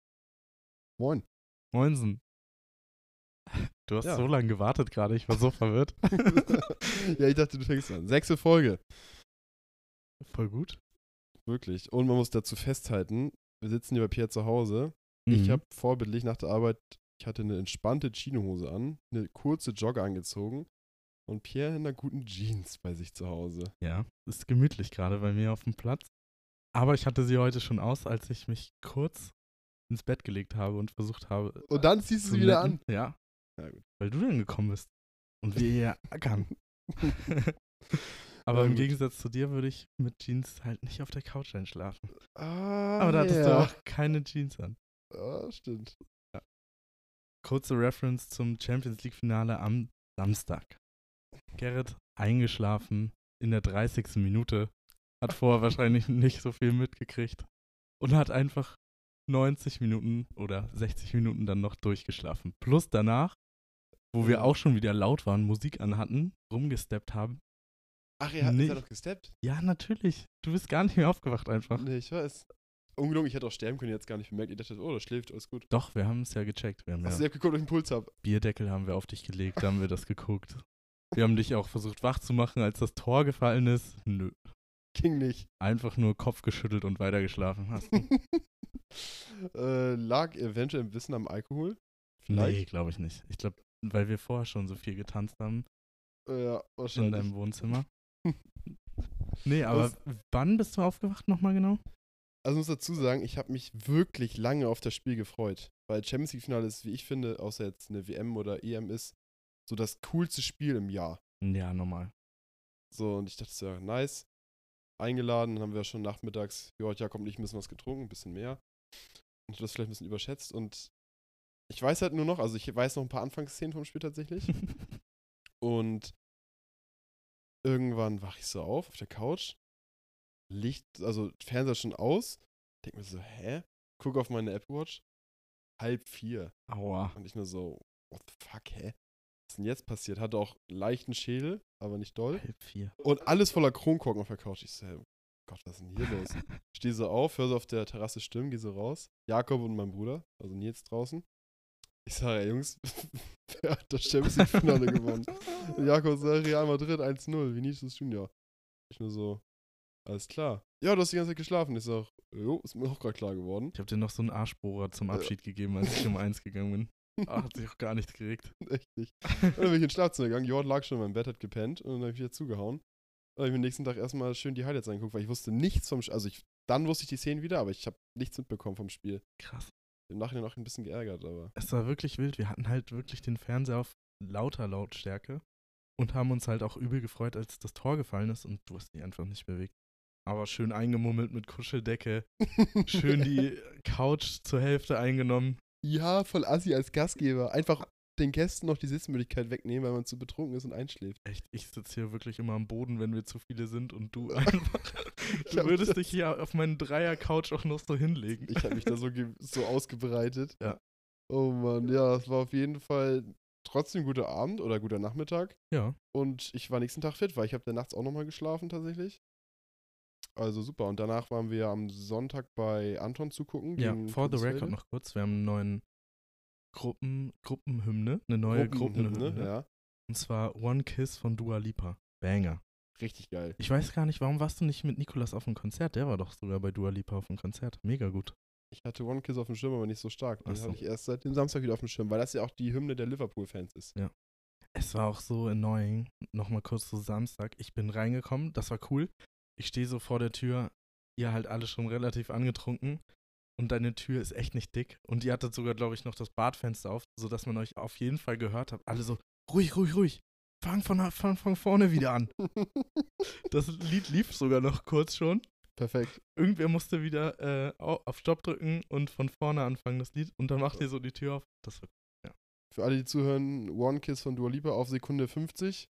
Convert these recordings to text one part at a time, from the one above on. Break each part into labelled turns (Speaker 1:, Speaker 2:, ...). Speaker 1: Moin.
Speaker 2: Moinsen. Du hast
Speaker 1: Ja.
Speaker 2: so lange gewartet gerade, ich war so verwirrt.
Speaker 1: ja, ich dachte, du fängst an. Sechste Folge.
Speaker 2: Voll gut.
Speaker 1: Wirklich. Und man muss dazu festhalten, wir sitzen hier bei Pierre zu Hause.
Speaker 2: Mhm,
Speaker 1: Ich habe vorbildlich nach der Arbeit, ich hatte eine entspannte Chinohose an, eine kurze Jogger angezogen und Pierre in einer guten Jeans bei sich zu Hause.
Speaker 2: Ja, ist gemütlich gerade bei mir auf dem Platz. Aber ich hatte sie heute schon aus, als ich mich kurz ins Bett gelegt habe und versucht habe. äh,
Speaker 1: Und dann ziehst du
Speaker 2: zu
Speaker 1: sie wieder
Speaker 2: netten.
Speaker 1: an.
Speaker 2: Ja.
Speaker 1: Na gut.
Speaker 2: Weil du dann gekommen bist. Und wir hier ackern. Aber
Speaker 1: Na
Speaker 2: im
Speaker 1: gut.
Speaker 2: Gegensatz zu dir würde ich mit Jeans halt nicht auf der Couch einschlafen.
Speaker 1: Ah,
Speaker 2: Aber da hattest
Speaker 1: ja.
Speaker 2: du auch keine Jeans an.
Speaker 1: Ah, stimmt.
Speaker 2: Kurze Reference zum Champions League-Finale am Samstag. Gerrit eingeschlafen in der 30. Minute, hat vorher wahrscheinlich nicht so viel mitgekriegt und hat einfach 90 Minuten oder 60 Minuten dann noch durchgeschlafen. Plus danach, wo wir auch schon wieder laut waren, Musik anhatten, rumgesteppt haben.
Speaker 1: Ach, er hat, ist
Speaker 2: Nee.
Speaker 1: er doch gesteppt?
Speaker 2: Ja, natürlich. Du bist gar nicht mehr aufgewacht einfach.
Speaker 1: Nee, ich weiß. Ungelungen, ich hätte auch sterben können, jetzt gar nicht bemerkt. Ich dachte, oh, das schläft, alles gut.
Speaker 2: Doch, wir haben es ja gecheckt. Wir haben
Speaker 1: Hast
Speaker 2: ja
Speaker 1: du selbst geguckt, ob ich einen Puls habe?
Speaker 2: Bierdeckel haben wir auf dich gelegt, haben wir das geguckt. Wir haben dich auch versucht wach zu machen, als das Tor gefallen ist. Nö.
Speaker 1: Ging nicht.
Speaker 2: Einfach nur Kopf geschüttelt und weitergeschlafen hast. du?
Speaker 1: äh, lag eventuell ein bisschen am Alkohol.
Speaker 2: nee,
Speaker 1: Vielleicht.
Speaker 2: glaube ich nicht. Ich glaube, weil wir vorher schon so viel getanzt haben
Speaker 1: Äh, ja,
Speaker 2: in
Speaker 1: wahrscheinlich.
Speaker 2: deinem Wohnzimmer. Nee, aber wann bist du aufgewacht nochmal genau?
Speaker 1: Also muss dazu sagen, ich habe mich wirklich lange auf das Spiel gefreut, weil Champions League Finale ist, wie ich finde, außer jetzt eine WM oder EM ist, so das coolste Spiel im Jahr.
Speaker 2: Ja, normal.
Speaker 1: So und ich dachte so, ja, nice. Eingeladen, dann haben wir schon nachmittags, ja, heute Jakob und ich ein bisschen was getrunken, ein bisschen mehr. Und ich hab das vielleicht ein bisschen überschätzt und ich weiß halt nur noch, also ich weiß noch ein paar Anfangsszenen vom Spiel tatsächlich. Und irgendwann wache ich so auf auf der Couch, Licht, also Fernseher schon aus, denke mir so, hä? Guck auf meine Apple Watch, halb vier.
Speaker 2: Aua.
Speaker 1: Und ich nur so, what the fuck, hä? Was ist denn jetzt passiert? Hatte auch einen leichten Schädel, aber nicht doll.
Speaker 2: Halb vier.
Speaker 1: Und alles voller Kronkorken auf der Couch. Ich so, hä, Gott, was ist denn hier los? Steh so auf, hör so auf der Terrasse Stimmen, geh so raus. Jakob und mein Bruder, also Nils draußen. Ich sage, ey, Jungs, wer hat das Champions League Finale gewonnen? Und Jakob sagt, Real Madrid 1-0, Vinicius Junior. Ich nur so, alles klar. Ja, du hast die ganze Zeit geschlafen. Ich sag, jo, ist mir auch gerade klar geworden.
Speaker 2: Ich habe dir noch so einen Arschbohrer zum
Speaker 1: Ja.
Speaker 2: Abschied gegeben, als ich um eins gegangen bin. Ach, hat sich auch gar nichts geregt.
Speaker 1: Echt nicht. Und dann bin ich ins Schlafzimmer gegangen. Jord lag schon in meinem Bett, hat gepennt und dann habe ich wieder zugehauen. Und hab ich mir am nächsten Tag erstmal schön die Highlights angeguckt, weil ich wusste nichts vom Spiel. Also ich, dann wusste ich die Szenen wieder, aber ich habe nichts mitbekommen vom Spiel.
Speaker 2: Krass.
Speaker 1: Im Nachhinein auch ein bisschen geärgert, aber.
Speaker 2: es war wirklich wild. Wir hatten halt wirklich den Fernseher auf lauter Lautstärke und haben uns halt auch übel gefreut, als das Tor gefallen ist und du hast dich einfach nicht bewegt. Aber schön eingemummelt mit Kuscheldecke, schön die Couch zur Hälfte eingenommen.
Speaker 1: Ja, voll assi als Gastgeber. Einfach den Gästen noch die Sitzmöglichkeit wegnehmen, weil man zu betrunken ist und einschläft.
Speaker 2: Echt, ich sitze hier wirklich immer am Boden, wenn wir zu viele sind und du einfach.
Speaker 1: Ich
Speaker 2: Du
Speaker 1: hab
Speaker 2: würdest
Speaker 1: das-
Speaker 2: dich hier auf meinen Dreier-Couch auch noch so hinlegen.
Speaker 1: Ich habe mich da so, ge- so ausgebreitet.
Speaker 2: Ja.
Speaker 1: Oh Mann, ja, es war auf jeden Fall trotzdem guter Abend oder guter Nachmittag.
Speaker 2: Ja,
Speaker 1: Und ich war nächsten Tag fit, weil ich habe dann nachts auch nochmal geschlafen tatsächlich. Also super. Und danach waren wir am Sonntag bei Anton zugucken.
Speaker 2: ja.
Speaker 1: gegen
Speaker 2: For the
Speaker 1: Kurzwelle.
Speaker 2: record noch kurz. Wir haben einen neuen Gruppen, Gruppenhymne, eine neue ne?
Speaker 1: Gruppenhymne,
Speaker 2: Gruppenhymne.
Speaker 1: Ja,
Speaker 2: Und zwar One Kiss von Dua Lipa. Banger.
Speaker 1: richtig geil.
Speaker 2: Ich weiß gar nicht, warum warst du nicht mit Nikolas auf dem Konzert? Der war doch sogar bei Dua Lipa auf dem Konzert. Mega gut.
Speaker 1: Ich hatte One Kiss auf dem Schirm, aber nicht so stark. Den
Speaker 2: Ach so.
Speaker 1: habe ich erst seit dem Samstag wieder auf dem Schirm, weil das ja auch die Hymne der Liverpool-Fans ist.
Speaker 2: Es war auch so annoying. Nochmal kurz zu Samstag. Ich bin reingekommen, das war cool. Ich stehe so vor der Tür, ihr halt alle schon relativ angetrunken. Und deine Tür ist echt nicht dick. Und ihr hattet sogar, glaube ich, noch das Badfenster auf, sodass man euch auf jeden Fall gehört hat. Alle so, ruhig, ruhig, ruhig. Fang von, fang von vorne wieder an. Das Lied lief sogar noch kurz schon.
Speaker 1: Perfekt.
Speaker 2: irgendwer musste wieder äh, au- auf Stopp drücken und von vorne anfangen das Lied und dann macht ihr so die Tür auf. Das wird
Speaker 1: Für alle, die zuhören, One Kiss von Dua Lipa auf Sekunde 50,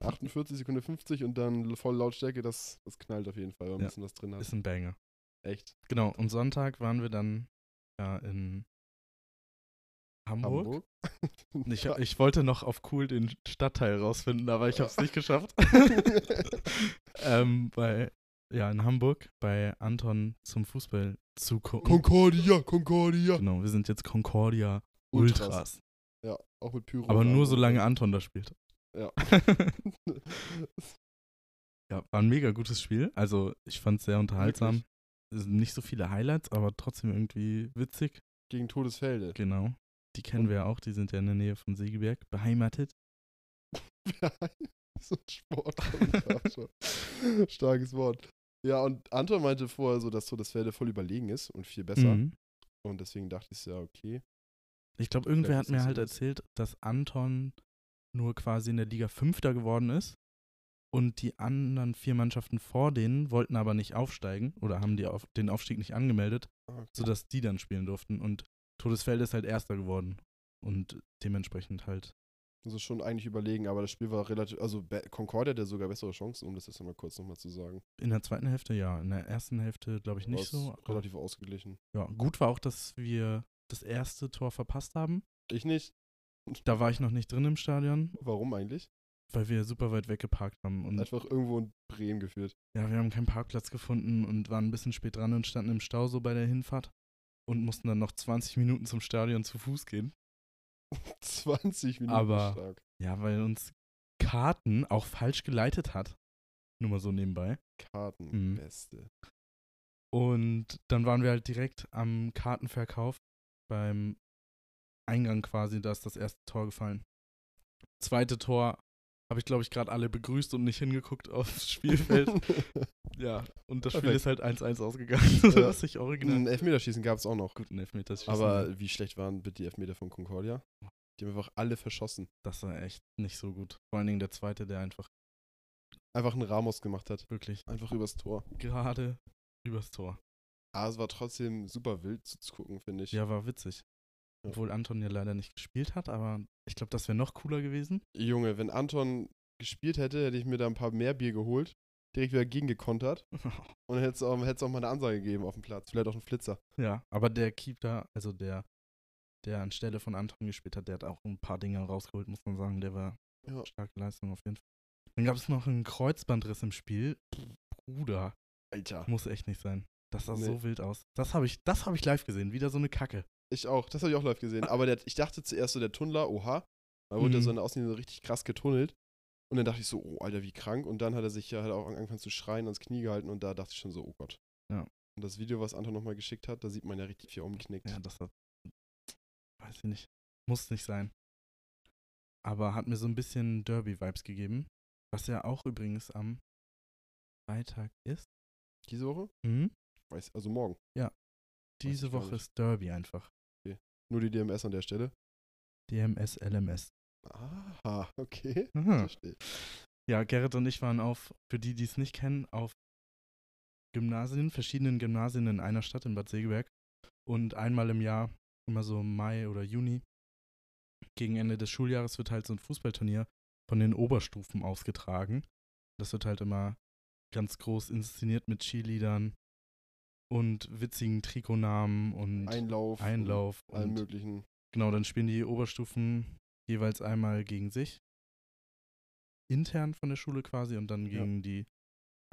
Speaker 1: 48 Sekunde 50 und dann voll Lautstärke, das, das knallt auf jeden Fall, wenn man
Speaker 2: Ja.
Speaker 1: ein bisschen was drin hat.
Speaker 2: ist ein Banger.
Speaker 1: Echt.
Speaker 2: Genau, und Sonntag waren wir dann ja, in Hamburg.
Speaker 1: Hamburg.
Speaker 2: Ich, ich wollte noch auf cool den Stadtteil rausfinden, aber ich habe es nicht geschafft. ähm, bei ja, in Hamburg bei Anton zum Fußball zugucken.
Speaker 1: Concordia, Concordia.
Speaker 2: Genau, wir sind jetzt Concordia Ultras.
Speaker 1: Ja, auch mit Pyro. ne?
Speaker 2: Aber
Speaker 1: und
Speaker 2: nur
Speaker 1: allem.
Speaker 2: solange Anton da spielt.
Speaker 1: Ja.
Speaker 2: ja, war ein mega gutes Spiel. Also, ich fand es sehr unterhaltsam. Es sind Nicht so viele Highlights, aber trotzdem irgendwie witzig.
Speaker 1: Gegen Todesfelde.
Speaker 2: Genau. Die kennen wir ja auch, die sind ja in der Nähe von Segeberg beheimatet.
Speaker 1: so ein Sportkommentator. Starkes Wort. Ja, und Anton meinte vorher so, dass Todesfelde voll überlegen ist und viel besser.
Speaker 2: Mhm.
Speaker 1: Und deswegen dachte ich, ja, okay.
Speaker 2: Ich glaube, irgendwer
Speaker 1: Vielleicht
Speaker 2: hat
Speaker 1: ist das
Speaker 2: mir
Speaker 1: so
Speaker 2: halt
Speaker 1: das-
Speaker 2: erzählt, dass Anton nur quasi in der Liga Fünfter geworden ist und die anderen vier Mannschaften vor denen wollten aber nicht aufsteigen oder haben die auf, den Aufstieg nicht angemeldet,
Speaker 1: Ah, okay.
Speaker 2: sodass die dann spielen durften. Und Todesfeld ist halt Erster geworden und dementsprechend halt.
Speaker 1: Also schon eigentlich überlegen, aber das Spiel war relativ. Also Be- Concordia hatte sogar bessere Chancen, um das jetzt nochmal kurz nochmal zu sagen.
Speaker 2: In der zweiten Hälfte ja, in der ersten Hälfte glaube ich
Speaker 1: War
Speaker 2: nicht
Speaker 1: es
Speaker 2: so. aber-
Speaker 1: Relativ ausgeglichen.
Speaker 2: Ja, gut war auch, dass wir das erste Tor verpasst haben.
Speaker 1: Ich nicht.
Speaker 2: Da war ich noch nicht drin im Stadion,
Speaker 1: Warum eigentlich?
Speaker 2: weil wir super weit weggeparkt haben. Und
Speaker 1: Einfach irgendwo in Bremen geführt.
Speaker 2: Ja, wir haben keinen Parkplatz gefunden und waren ein bisschen spät dran und standen im Stau so bei der Hinfahrt und mussten dann noch 20 Minuten zum Stadion zu Fuß gehen.
Speaker 1: 20 Minuten
Speaker 2: Aber-
Speaker 1: stark.
Speaker 2: Ja, weil uns Karten auch falsch geleitet hat. Nur mal so nebenbei.
Speaker 1: Karten.
Speaker 2: Mhm.
Speaker 1: Beste.
Speaker 2: Und dann waren wir halt direkt am Kartenverkauf beim Eingang quasi, da ist das erste Tor gefallen. Zweite Tor habe ich, glaube ich, gerade alle begrüßt und nicht hingeguckt aufs Spielfeld. ja, und das Spiel
Speaker 1: Perfekt.
Speaker 2: ist halt 1-1 ausgegangen, sodass ich original
Speaker 1: Ein Elfmeterschießen gab es auch noch.
Speaker 2: guten Elfmeterschießen hatte.
Speaker 1: Aber wie schlecht waren bitte die Elfmeter von Concordia? Die haben einfach alle verschossen.
Speaker 2: Das war echt nicht so gut. Vor allen Dingen der zweite, der einfach
Speaker 1: Einfach einen Ramos gemacht hat.
Speaker 2: wirklich
Speaker 1: Einfach übers Tor.
Speaker 2: gerade übers Tor.
Speaker 1: Aber es war trotzdem super wild zuzugucken, finde ich.
Speaker 2: Ja, war witzig.
Speaker 1: Ja.
Speaker 2: Obwohl Anton ja leider nicht gespielt hat, aber ich glaube, das wäre noch cooler gewesen.
Speaker 1: Junge, wenn Anton gespielt hätte, hätte ich mir da ein paar mehr Bier geholt, direkt wieder gegengekontert und hätte es auch, hätte es auch mal eine Ansage gegeben auf dem Platz. Vielleicht auch einen Flitzer.
Speaker 2: ja, aber der Keeper, also der, der anstelle von Anton gespielt hat, der hat auch ein paar Dinge rausgeholt, muss man sagen. Der war
Speaker 1: Ja.
Speaker 2: starke Leistung auf jeden Fall. Dann gab es noch einen Kreuzbandriss im Spiel. Bruder,
Speaker 1: Alter.
Speaker 2: muss echt nicht sein. Das sah
Speaker 1: Nee.
Speaker 2: so wild aus. Das habe ich, das hab ich live gesehen. Wieder so eine Kacke.
Speaker 1: Ich auch. Das habe ich auch live gesehen. Aber der, ich dachte zuerst so, der Tunnler, oha. Da wurde
Speaker 2: Mhm.
Speaker 1: er so in der Außenlinie so richtig krass getunnelt. Und dann dachte ich so, oh, Alter, wie krank. Und dann hat er sich ja halt auch angefangen zu schreien, ans Knie gehalten. Und da dachte ich schon so, oh Gott.
Speaker 2: Ja.
Speaker 1: Und das Video, was Anton nochmal geschickt hat, da sieht man ja richtig viel umknickt.
Speaker 2: Ja, das hat, weiß ich nicht, muss nicht sein. Aber hat mir so ein bisschen Derby-Vibes gegeben, was ja auch übrigens am Freitag ist.
Speaker 1: Diese Woche?
Speaker 2: Mhm.
Speaker 1: Weiß, also morgen.
Speaker 2: Diese
Speaker 1: ich gar
Speaker 2: Woche
Speaker 1: nicht.
Speaker 2: ist Derby einfach.
Speaker 1: Nur die DMS an der Stelle.
Speaker 2: DMS, LMS.
Speaker 1: Aha, okay.
Speaker 2: Aha.
Speaker 1: Verstehe.
Speaker 2: Mhm. Ja, Gerrit und ich waren auf, für die, die es nicht kennen, auf Gymnasien, verschiedenen Gymnasien in einer Stadt in Bad Segeberg. Und einmal im Jahr, immer so im Mai oder Juni, gegen Ende des Schuljahres wird halt so ein Fußballturnier von den Oberstufen ausgetragen. Das wird halt immer ganz groß inszeniert mit Cheerleadern und witzigen Trikotnamen und
Speaker 1: Einlauf.
Speaker 2: Einlauf.
Speaker 1: und Allen
Speaker 2: und
Speaker 1: möglichen.
Speaker 2: Genau, dann spielen die Oberstufen jeweils einmal gegen sich. Intern von der Schule quasi und dann
Speaker 1: Ja.
Speaker 2: gegen die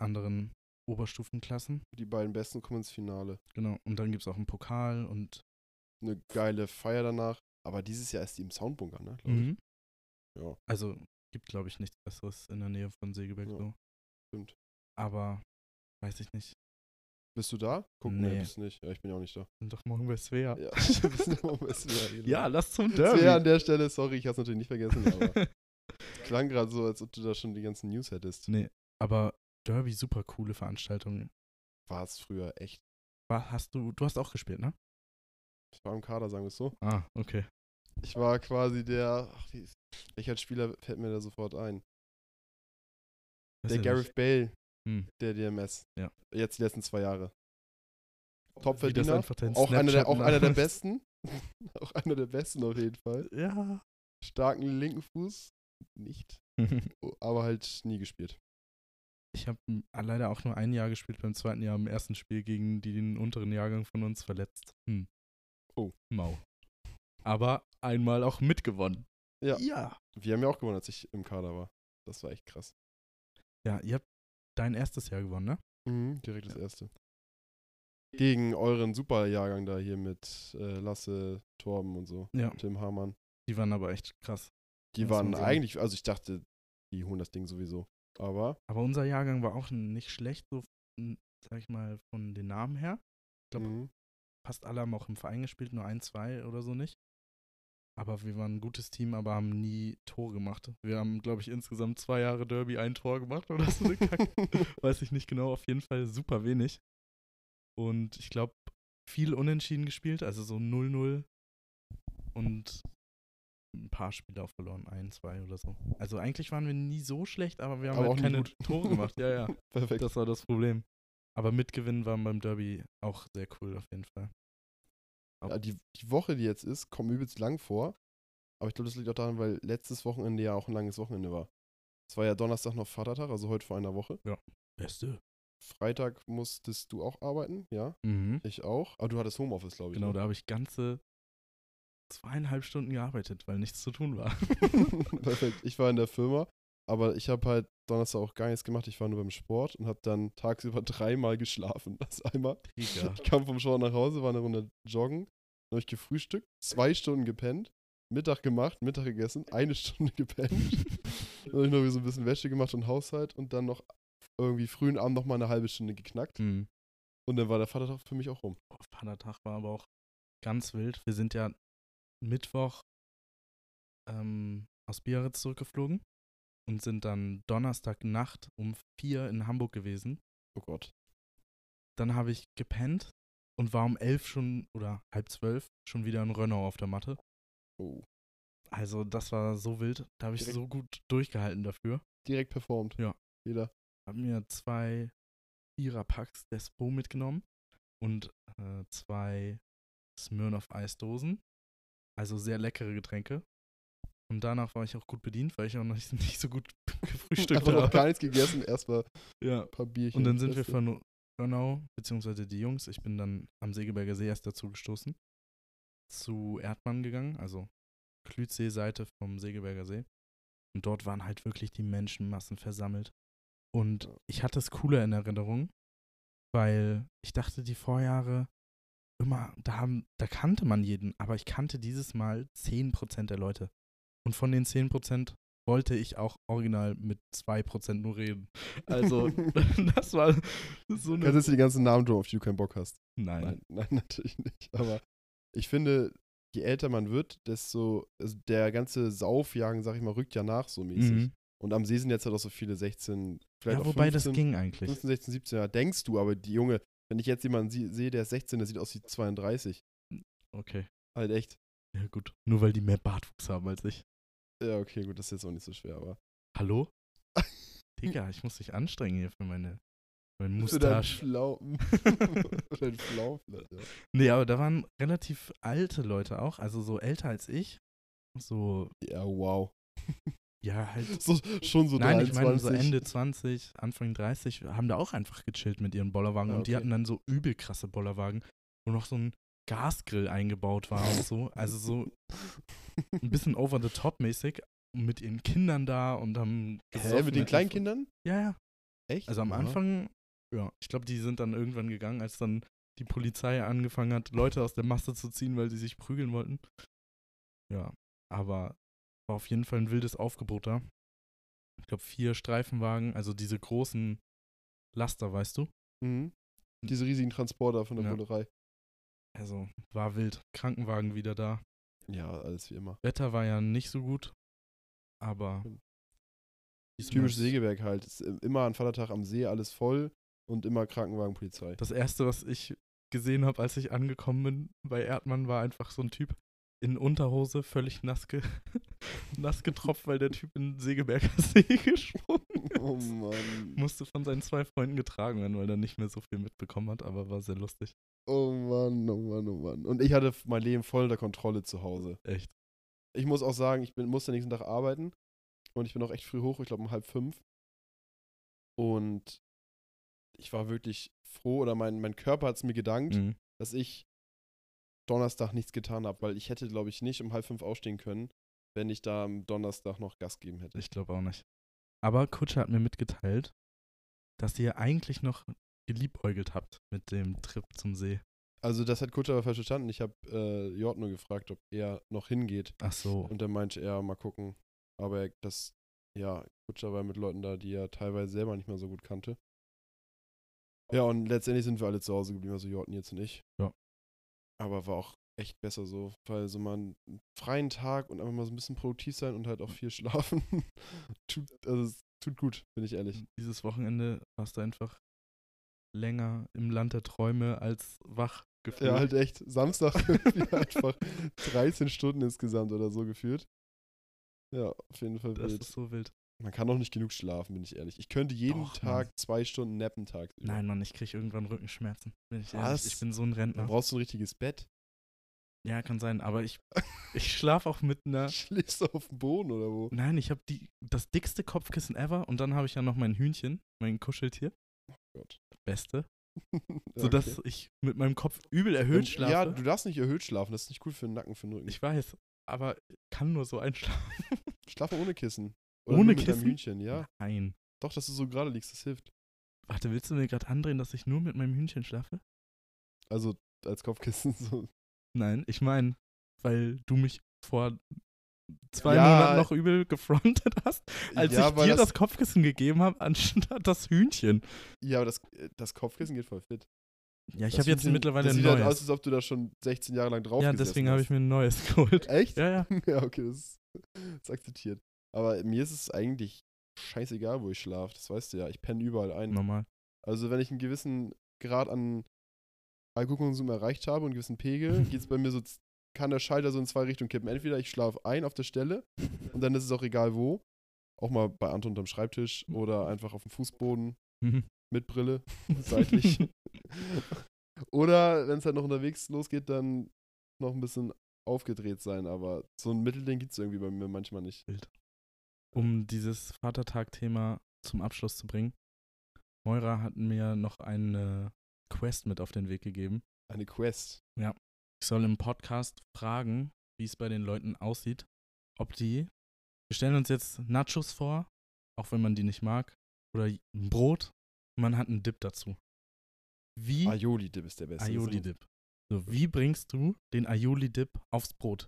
Speaker 2: anderen Oberstufenklassen.
Speaker 1: Die beiden Besten kommen ins Finale.
Speaker 2: Genau. Und dann gibt es auch einen Pokal und.
Speaker 1: Eine geile Feier danach. Aber dieses Jahr ist die im Soundbunker, ne? glaub ich.
Speaker 2: Mhm.
Speaker 1: Ja.
Speaker 2: Also gibt, glaube ich, nichts Besseres in der Nähe von Segeberg
Speaker 1: Ja,
Speaker 2: so.
Speaker 1: stimmt.
Speaker 2: Aber weiß ich nicht.
Speaker 1: Bist du da? Guck, nee.
Speaker 2: Nee.
Speaker 1: bist du nicht. Ja, ich bin ja auch nicht da.
Speaker 2: Sind doch morgen bei Svea.
Speaker 1: Ja, bist du am besten da,
Speaker 2: Ja, lass zum
Speaker 1: Das wäre an
Speaker 2: Derby.
Speaker 1: der Stelle, sorry, ich hab's natürlich nicht vergessen, aber klang gerade so, als ob du da schon die ganzen News hättest.
Speaker 2: nee, aber Derby, super coole Veranstaltung.
Speaker 1: War es früher echt.
Speaker 2: War, hast du, du hast auch gespielt, ne?
Speaker 1: Ich war im Kader, sagen wir es so.
Speaker 2: Ah, okay.
Speaker 1: Ich war quasi der. Ach, die- welcher Spieler fällt mir da sofort ein?
Speaker 2: Weiß
Speaker 1: der
Speaker 2: ja
Speaker 1: Gareth
Speaker 2: nicht.
Speaker 1: Bale,
Speaker 2: Hm.
Speaker 1: der DMS.
Speaker 2: Ja.
Speaker 1: Jetzt die letzten zwei Jahre.
Speaker 2: Wie das
Speaker 1: Topverdiener.
Speaker 2: einfach dein
Speaker 1: Auch einer der, auch einer der
Speaker 2: Snapchat-Name ist.
Speaker 1: besten. auch einer der besten auf jeden Fall.
Speaker 2: Ja.
Speaker 1: Starken linken Fuß. Nicht. Aber halt nie gespielt.
Speaker 2: Ich habe leider auch nur ein Jahr gespielt beim zweiten Jahr im ersten Spiel gegen die, den unteren Jahrgang von uns verletzt. Hm.
Speaker 1: Oh.
Speaker 2: Mau. Aber einmal auch mitgewonnen.
Speaker 1: Ja.
Speaker 2: ja.
Speaker 1: Wir haben ja auch gewonnen, als ich im Kader war. Das war echt krass.
Speaker 2: Ja, ihr habt dein erstes Jahr gewonnen, ne?
Speaker 1: Mhm, direkt das
Speaker 2: Ja.
Speaker 1: erste. Gegen euren Superjahrgang da hier mit äh, Lasse, Torben und so,
Speaker 2: Ja,
Speaker 1: Tim Hamann.
Speaker 2: die waren aber echt krass.
Speaker 1: Die
Speaker 2: Das
Speaker 1: waren
Speaker 2: muss man
Speaker 1: eigentlich, also ich dachte, die holen das Ding sowieso. Aber
Speaker 2: Aber unser Jahrgang war auch nicht schlecht, so, n- sag ich mal, von den Namen her. glaub-
Speaker 1: mhm,
Speaker 2: Fast alle haben auch im Verein gespielt, nur ein, zwei oder so nicht. Aber wir waren ein gutes Team, aber haben nie Tore gemacht. Wir haben, glaube ich, insgesamt zwei Jahre Derby ein Tor gemacht oder so eine Kacke. Weiß ich nicht genau, auf jeden Fall super wenig. Und ich glaube, viel unentschieden gespielt, also so 0-0 und ein paar Spiele auch verloren, ein, zwei oder so. Also eigentlich waren wir nie so schlecht, aber wir haben
Speaker 1: Aber auch
Speaker 2: halt
Speaker 1: nie
Speaker 2: keine
Speaker 1: gut.
Speaker 2: Tore gemacht. Ja, ja,
Speaker 1: perfekt.
Speaker 2: das war das Problem. Aber mitgewinnen waren beim Derby auch sehr cool auf jeden Fall.
Speaker 1: Ja, die, die Woche, die jetzt ist, kommt mir übelst lang vor. Aber ich glaube, das liegt auch daran, weil letztes Wochenende ja auch ein langes Wochenende war. Es war ja Donnerstag noch Vatertag, also heute vor einer Woche.
Speaker 2: Beste.
Speaker 1: Freitag musstest du auch arbeiten, ja.
Speaker 2: Mhm.
Speaker 1: Ich auch. Aber du hattest Homeoffice, glaube ich.
Speaker 2: Genau,
Speaker 1: ne?
Speaker 2: da habe ich ganze zweieinhalb Stunden gearbeitet, weil nichts zu tun war.
Speaker 1: Perfekt. Ich war in der Firma, aber ich habe halt Donnerstag auch gar nichts gemacht. Ich war nur beim Sport und habe dann tagsüber dreimal geschlafen. Das einmal.
Speaker 2: Digga.
Speaker 1: Ich kam vom Sport nach Hause, war eine Runde joggen, dann habe ich gefrühstückt, zwei Stunden gepennt, Mittag gemacht, Mittag gegessen, eine Stunde gepennt. Dann habe ich noch so ein bisschen Wäsche gemacht und Haushalt und dann noch irgendwie frühen Abend nochmal eine halbe Stunde geknackt.
Speaker 2: mhm.
Speaker 1: Und dann war der Vatertag für mich auch rum.
Speaker 2: Boah, Vatertag war aber auch ganz wild. Wir sind ja Mittwoch ähm, aus Biarritz zurückgeflogen und sind dann Donnerstagnacht um vier in Hamburg gewesen.
Speaker 1: Oh Gott.
Speaker 2: Dann habe ich gepennt und war um elf schon oder halb zwölf schon wieder in Rönnau auf der Matte.
Speaker 1: Oh.
Speaker 2: Also das war so wild. Da habe ich
Speaker 1: Direkt-
Speaker 2: so gut durchgehalten dafür.
Speaker 1: Direkt performt.
Speaker 2: Ja.
Speaker 1: Jeder.
Speaker 2: Hab mir zwei Viererpacks Despo mitgenommen und äh, zwei Smirnoff Eisdosen. Also sehr leckere Getränke. Und danach war ich auch gut bedient, weil ich auch noch nicht, nicht so gut gefrühstückt
Speaker 1: Einfach noch
Speaker 2: habe.
Speaker 1: gar nichts gegessen, erstmal ein
Speaker 2: Ja.
Speaker 1: paar Bierchen.
Speaker 2: Und dann sind wir
Speaker 1: Beste.
Speaker 2: von Rönau, beziehungsweise die Jungs, ich bin dann am Segeberger See erst dazu gestoßen, zu Erdmann gegangen, also Klütsee-Seite vom Segeberger See. Und dort waren halt wirklich die Menschenmassen versammelt. Und
Speaker 1: Ja.
Speaker 2: ich hatte es cooler in Erinnerung, weil ich dachte, die Vorjahre immer, da, haben, da kannte man jeden, aber ich kannte dieses Mal 10% der Leute. Und von den 10% wollte ich auch original mit 2% nur reden. Also, das war so
Speaker 1: Kannst
Speaker 2: eine.
Speaker 1: jetzt die ganzen Namen drauf, auf die du keinen Bock hast.
Speaker 2: Nein.
Speaker 1: Nein, nein, natürlich nicht. Aber ich finde, je älter man wird, desto also der ganze Saufjagen, sag ich mal, rückt ja nach so mäßig.
Speaker 2: Mhm.
Speaker 1: Und am See sind jetzt halt auch so viele 16, vielleicht
Speaker 2: Ja,
Speaker 1: auch
Speaker 2: wobei
Speaker 1: 15,
Speaker 2: das ging eigentlich.
Speaker 1: 15, 16, 17 Jahre. Denkst du, aber die Junge, wenn ich jetzt jemanden sie- sehe, der ist 16, der sieht aus wie 32.
Speaker 2: Okay.
Speaker 1: Halt echt.
Speaker 2: Ja, gut. Nur weil die mehr Bartwuchs haben als ich.
Speaker 1: Ja, okay, gut, das ist jetzt auch nicht so schwer, aber.
Speaker 2: Hallo? Digga, ich muss dich anstrengen hier für meine, meine
Speaker 1: Für deinen
Speaker 2: Mustache.
Speaker 1: Schlaufen. Für deinen Schlaufen, ja.
Speaker 2: Nee, Ne, aber da waren relativ alte Leute auch, also so älter als ich. So,
Speaker 1: ja, wow.
Speaker 2: ja, halt.
Speaker 1: So, schon so
Speaker 2: Nein,
Speaker 1: 23.
Speaker 2: ich meine so Ende 20, Anfang 30, haben da auch einfach gechillt mit ihren Bollerwagen
Speaker 1: Ah,
Speaker 2: und die
Speaker 1: okay.
Speaker 2: hatten dann so übel krasse Bollerwagen, wo noch so ein Gasgrill eingebaut war und so. Also so ein bisschen over the top mäßig mit ihren Kindern da und haben
Speaker 1: Hä,
Speaker 2: gesoffen
Speaker 1: mit den
Speaker 2: ihren-
Speaker 1: Kleinkindern?
Speaker 2: Ja, ja.
Speaker 1: Echt?
Speaker 2: Also am
Speaker 1: Ja.
Speaker 2: Anfang, ja, ich glaube, die sind dann irgendwann gegangen, als dann die Polizei angefangen hat, Leute aus der Masse zu ziehen, weil sie sich prügeln wollten. Ja, aber war auf jeden Fall ein wildes Aufgebot da. Ich glaube, vier Streifenwagen, also diese großen Laster, weißt du?
Speaker 1: Mhm. Diese riesigen Transporter von der
Speaker 2: Ja.
Speaker 1: Bullerei.
Speaker 2: Also war wild. Krankenwagen wieder da.
Speaker 1: Ja, alles wie immer.
Speaker 2: Wetter war ja nicht so gut, aber.
Speaker 1: Stimmt.
Speaker 2: diesmal-
Speaker 1: Typisch Sägewerk halt. Ist äh, immer an Vatertag am See alles voll und immer Krankenwagen, Polizei.
Speaker 2: Das erste, was ich gesehen habe, als ich angekommen bin bei Erdmann, war einfach so ein Typ in Unterhose, völlig nass, ge nass getropft, weil der Typ in den Segeberger See gesprungen ist.
Speaker 1: Oh Mann.
Speaker 2: Musste von seinen zwei Freunden getragen werden, weil er nicht mehr so viel mitbekommen hat, aber war sehr lustig.
Speaker 1: Oh Mann, oh Mann, oh Mann. Und ich hatte f- mein Leben voll unter Kontrolle zu Hause.
Speaker 2: Echt.
Speaker 1: Ich muss auch sagen, ich bin, musste nächsten Tag arbeiten und ich bin auch echt früh hoch, ich glaube um halb fünf. Und ich war wirklich froh oder mein, mein Körper hat es mir gedankt,
Speaker 2: Mhm.
Speaker 1: dass ich Donnerstag nichts getan habe, weil ich hätte, glaube ich, nicht um halb fünf aufstehen können, wenn ich da am Donnerstag noch Gas geben hätte.
Speaker 2: Ich glaube auch nicht. Aber Kutsche hat mir mitgeteilt, dass ihr eigentlich noch geliebäugelt habt mit dem Trip zum See.
Speaker 1: Also das hat Kutsch aber falsch verstanden. Ich habe äh, Jort nur gefragt, ob er noch hingeht.
Speaker 2: Ach so.
Speaker 1: Und dann meinte er, mal gucken. Aber er- das, ja, Kutscher war mit Leuten da, die er teilweise selber nicht mehr so gut kannte. Ja, und letztendlich sind wir alle zu Hause geblieben, also Jordan jetzt und ich.
Speaker 2: Ja.
Speaker 1: Aber war auch echt besser so, weil so mal einen freien Tag und einfach mal so ein bisschen produktiv sein und halt auch viel schlafen, tut, also es tut gut, bin ich ehrlich.
Speaker 2: Dieses Wochenende warst du einfach länger im Land der Träume als wach gefühlt.
Speaker 1: Ja, halt echt. Samstag irgendwie einfach 13 Stunden insgesamt oder so geführt. Ja, auf jeden Fall
Speaker 2: Das
Speaker 1: wild.
Speaker 2: ist so wild.
Speaker 1: Man kann auch nicht genug schlafen, bin ich ehrlich. Ich könnte jeden
Speaker 2: Doch,
Speaker 1: Tag zwei Stunden nappen tagsüber.
Speaker 2: Nein, Mann, ich krieg irgendwann Rückenschmerzen. Bin ich,
Speaker 1: Was?
Speaker 2: ehrlich. ich bin so ein
Speaker 1: Dann
Speaker 2: Rentner.
Speaker 1: brauchst du ein richtiges Bett.
Speaker 2: Ja, kann sein, aber ich, ich schlafe auch mit einer.
Speaker 1: Schläfst du auf dem Boden oder wo?
Speaker 2: Nein, ich habe die das dickste Kopfkissen ever und dann habe ich ja noch mein Hühnchen, mein Kuscheltier.
Speaker 1: Gott.
Speaker 2: Beste.
Speaker 1: Ja,
Speaker 2: Sodass
Speaker 1: okay.
Speaker 2: ich mit meinem Kopf übel
Speaker 1: Ähm,
Speaker 2: erhöht schlafe.
Speaker 1: Ja, du darfst nicht erhöht schlafen. Das ist nicht gut für den Nacken, für den Rücken.
Speaker 2: ich weiß, aber kann nur so einschlafen.
Speaker 1: Schlafe ohne Kissen.
Speaker 2: Ohne
Speaker 1: nur Mit
Speaker 2: Kissen?
Speaker 1: deinem Hühnchen, ja.
Speaker 2: Nein.
Speaker 1: Doch, dass du so gerade liegst, das hilft.
Speaker 2: Warte, willst du mir gerade andrehen, dass ich nur mit meinem Hühnchen schlafe?
Speaker 1: Also als Kopfkissen so.
Speaker 2: Nein, ich meine, weil du mich vor zwei
Speaker 1: Ja.
Speaker 2: Monaten noch übel gefrontet hast, als
Speaker 1: ja,
Speaker 2: ich
Speaker 1: weil
Speaker 2: dir das,
Speaker 1: das,
Speaker 2: Kopfkissen gegeben habe, anstatt das Hühnchen.
Speaker 1: Ja, aber das, äh, das Kopfkissen geht voll fit.
Speaker 2: Ja, ich
Speaker 1: Das
Speaker 2: habe jetzt
Speaker 1: Hühnchen-
Speaker 2: mittlerweile
Speaker 1: das
Speaker 2: ein
Speaker 1: sieht
Speaker 2: neues.
Speaker 1: halt aus, als ob du da schon 16 Jahre lang drauf
Speaker 2: ja,
Speaker 1: gesessen
Speaker 2: deswegen habe
Speaker 1: hast.
Speaker 2: ich mir ein neues geholt.
Speaker 1: Echt?
Speaker 2: Ja, ja.
Speaker 1: Ja, okay, das ist, das ist akzeptiert. Aber mir ist es eigentlich scheißegal, wo ich schlafe. Das weißt du ja. Ich penne überall ein.
Speaker 2: Normal.
Speaker 1: Also, wenn ich einen gewissen Grad an Alkoholkonsum erreicht habe und einen gewissen Pegel, geht's bei mir so, z- kann der Schalter so in zwei Richtungen kippen. Entweder ich schlafe ein auf der Stelle und dann ist es auch egal wo. Auch mal bei Anton unterm Schreibtisch oder einfach auf dem Fußboden
Speaker 2: Mhm.
Speaker 1: mit Brille. Seitlich. Oder wenn es halt noch unterwegs losgeht, dann noch ein bisschen aufgedreht sein, aber so ein Mittelding gibt es irgendwie bei mir manchmal nicht.
Speaker 2: um dieses Vatertag-Thema zum Abschluss zu bringen. Moira hat mir noch eine Quest mit auf den Weg gegeben.
Speaker 1: Eine Quest.
Speaker 2: Ich soll im Podcast fragen, wie es bei den Leuten aussieht, ob die. Wir stellen uns jetzt Nachos vor, auch wenn man die nicht mag, oder ein Brot. Man hat einen Dip dazu. Wie
Speaker 1: Aioli-Dip Ah, ist der beste.
Speaker 2: Aioli-Dip. So, wie bringst du den Aioli-Dip aufs Brot?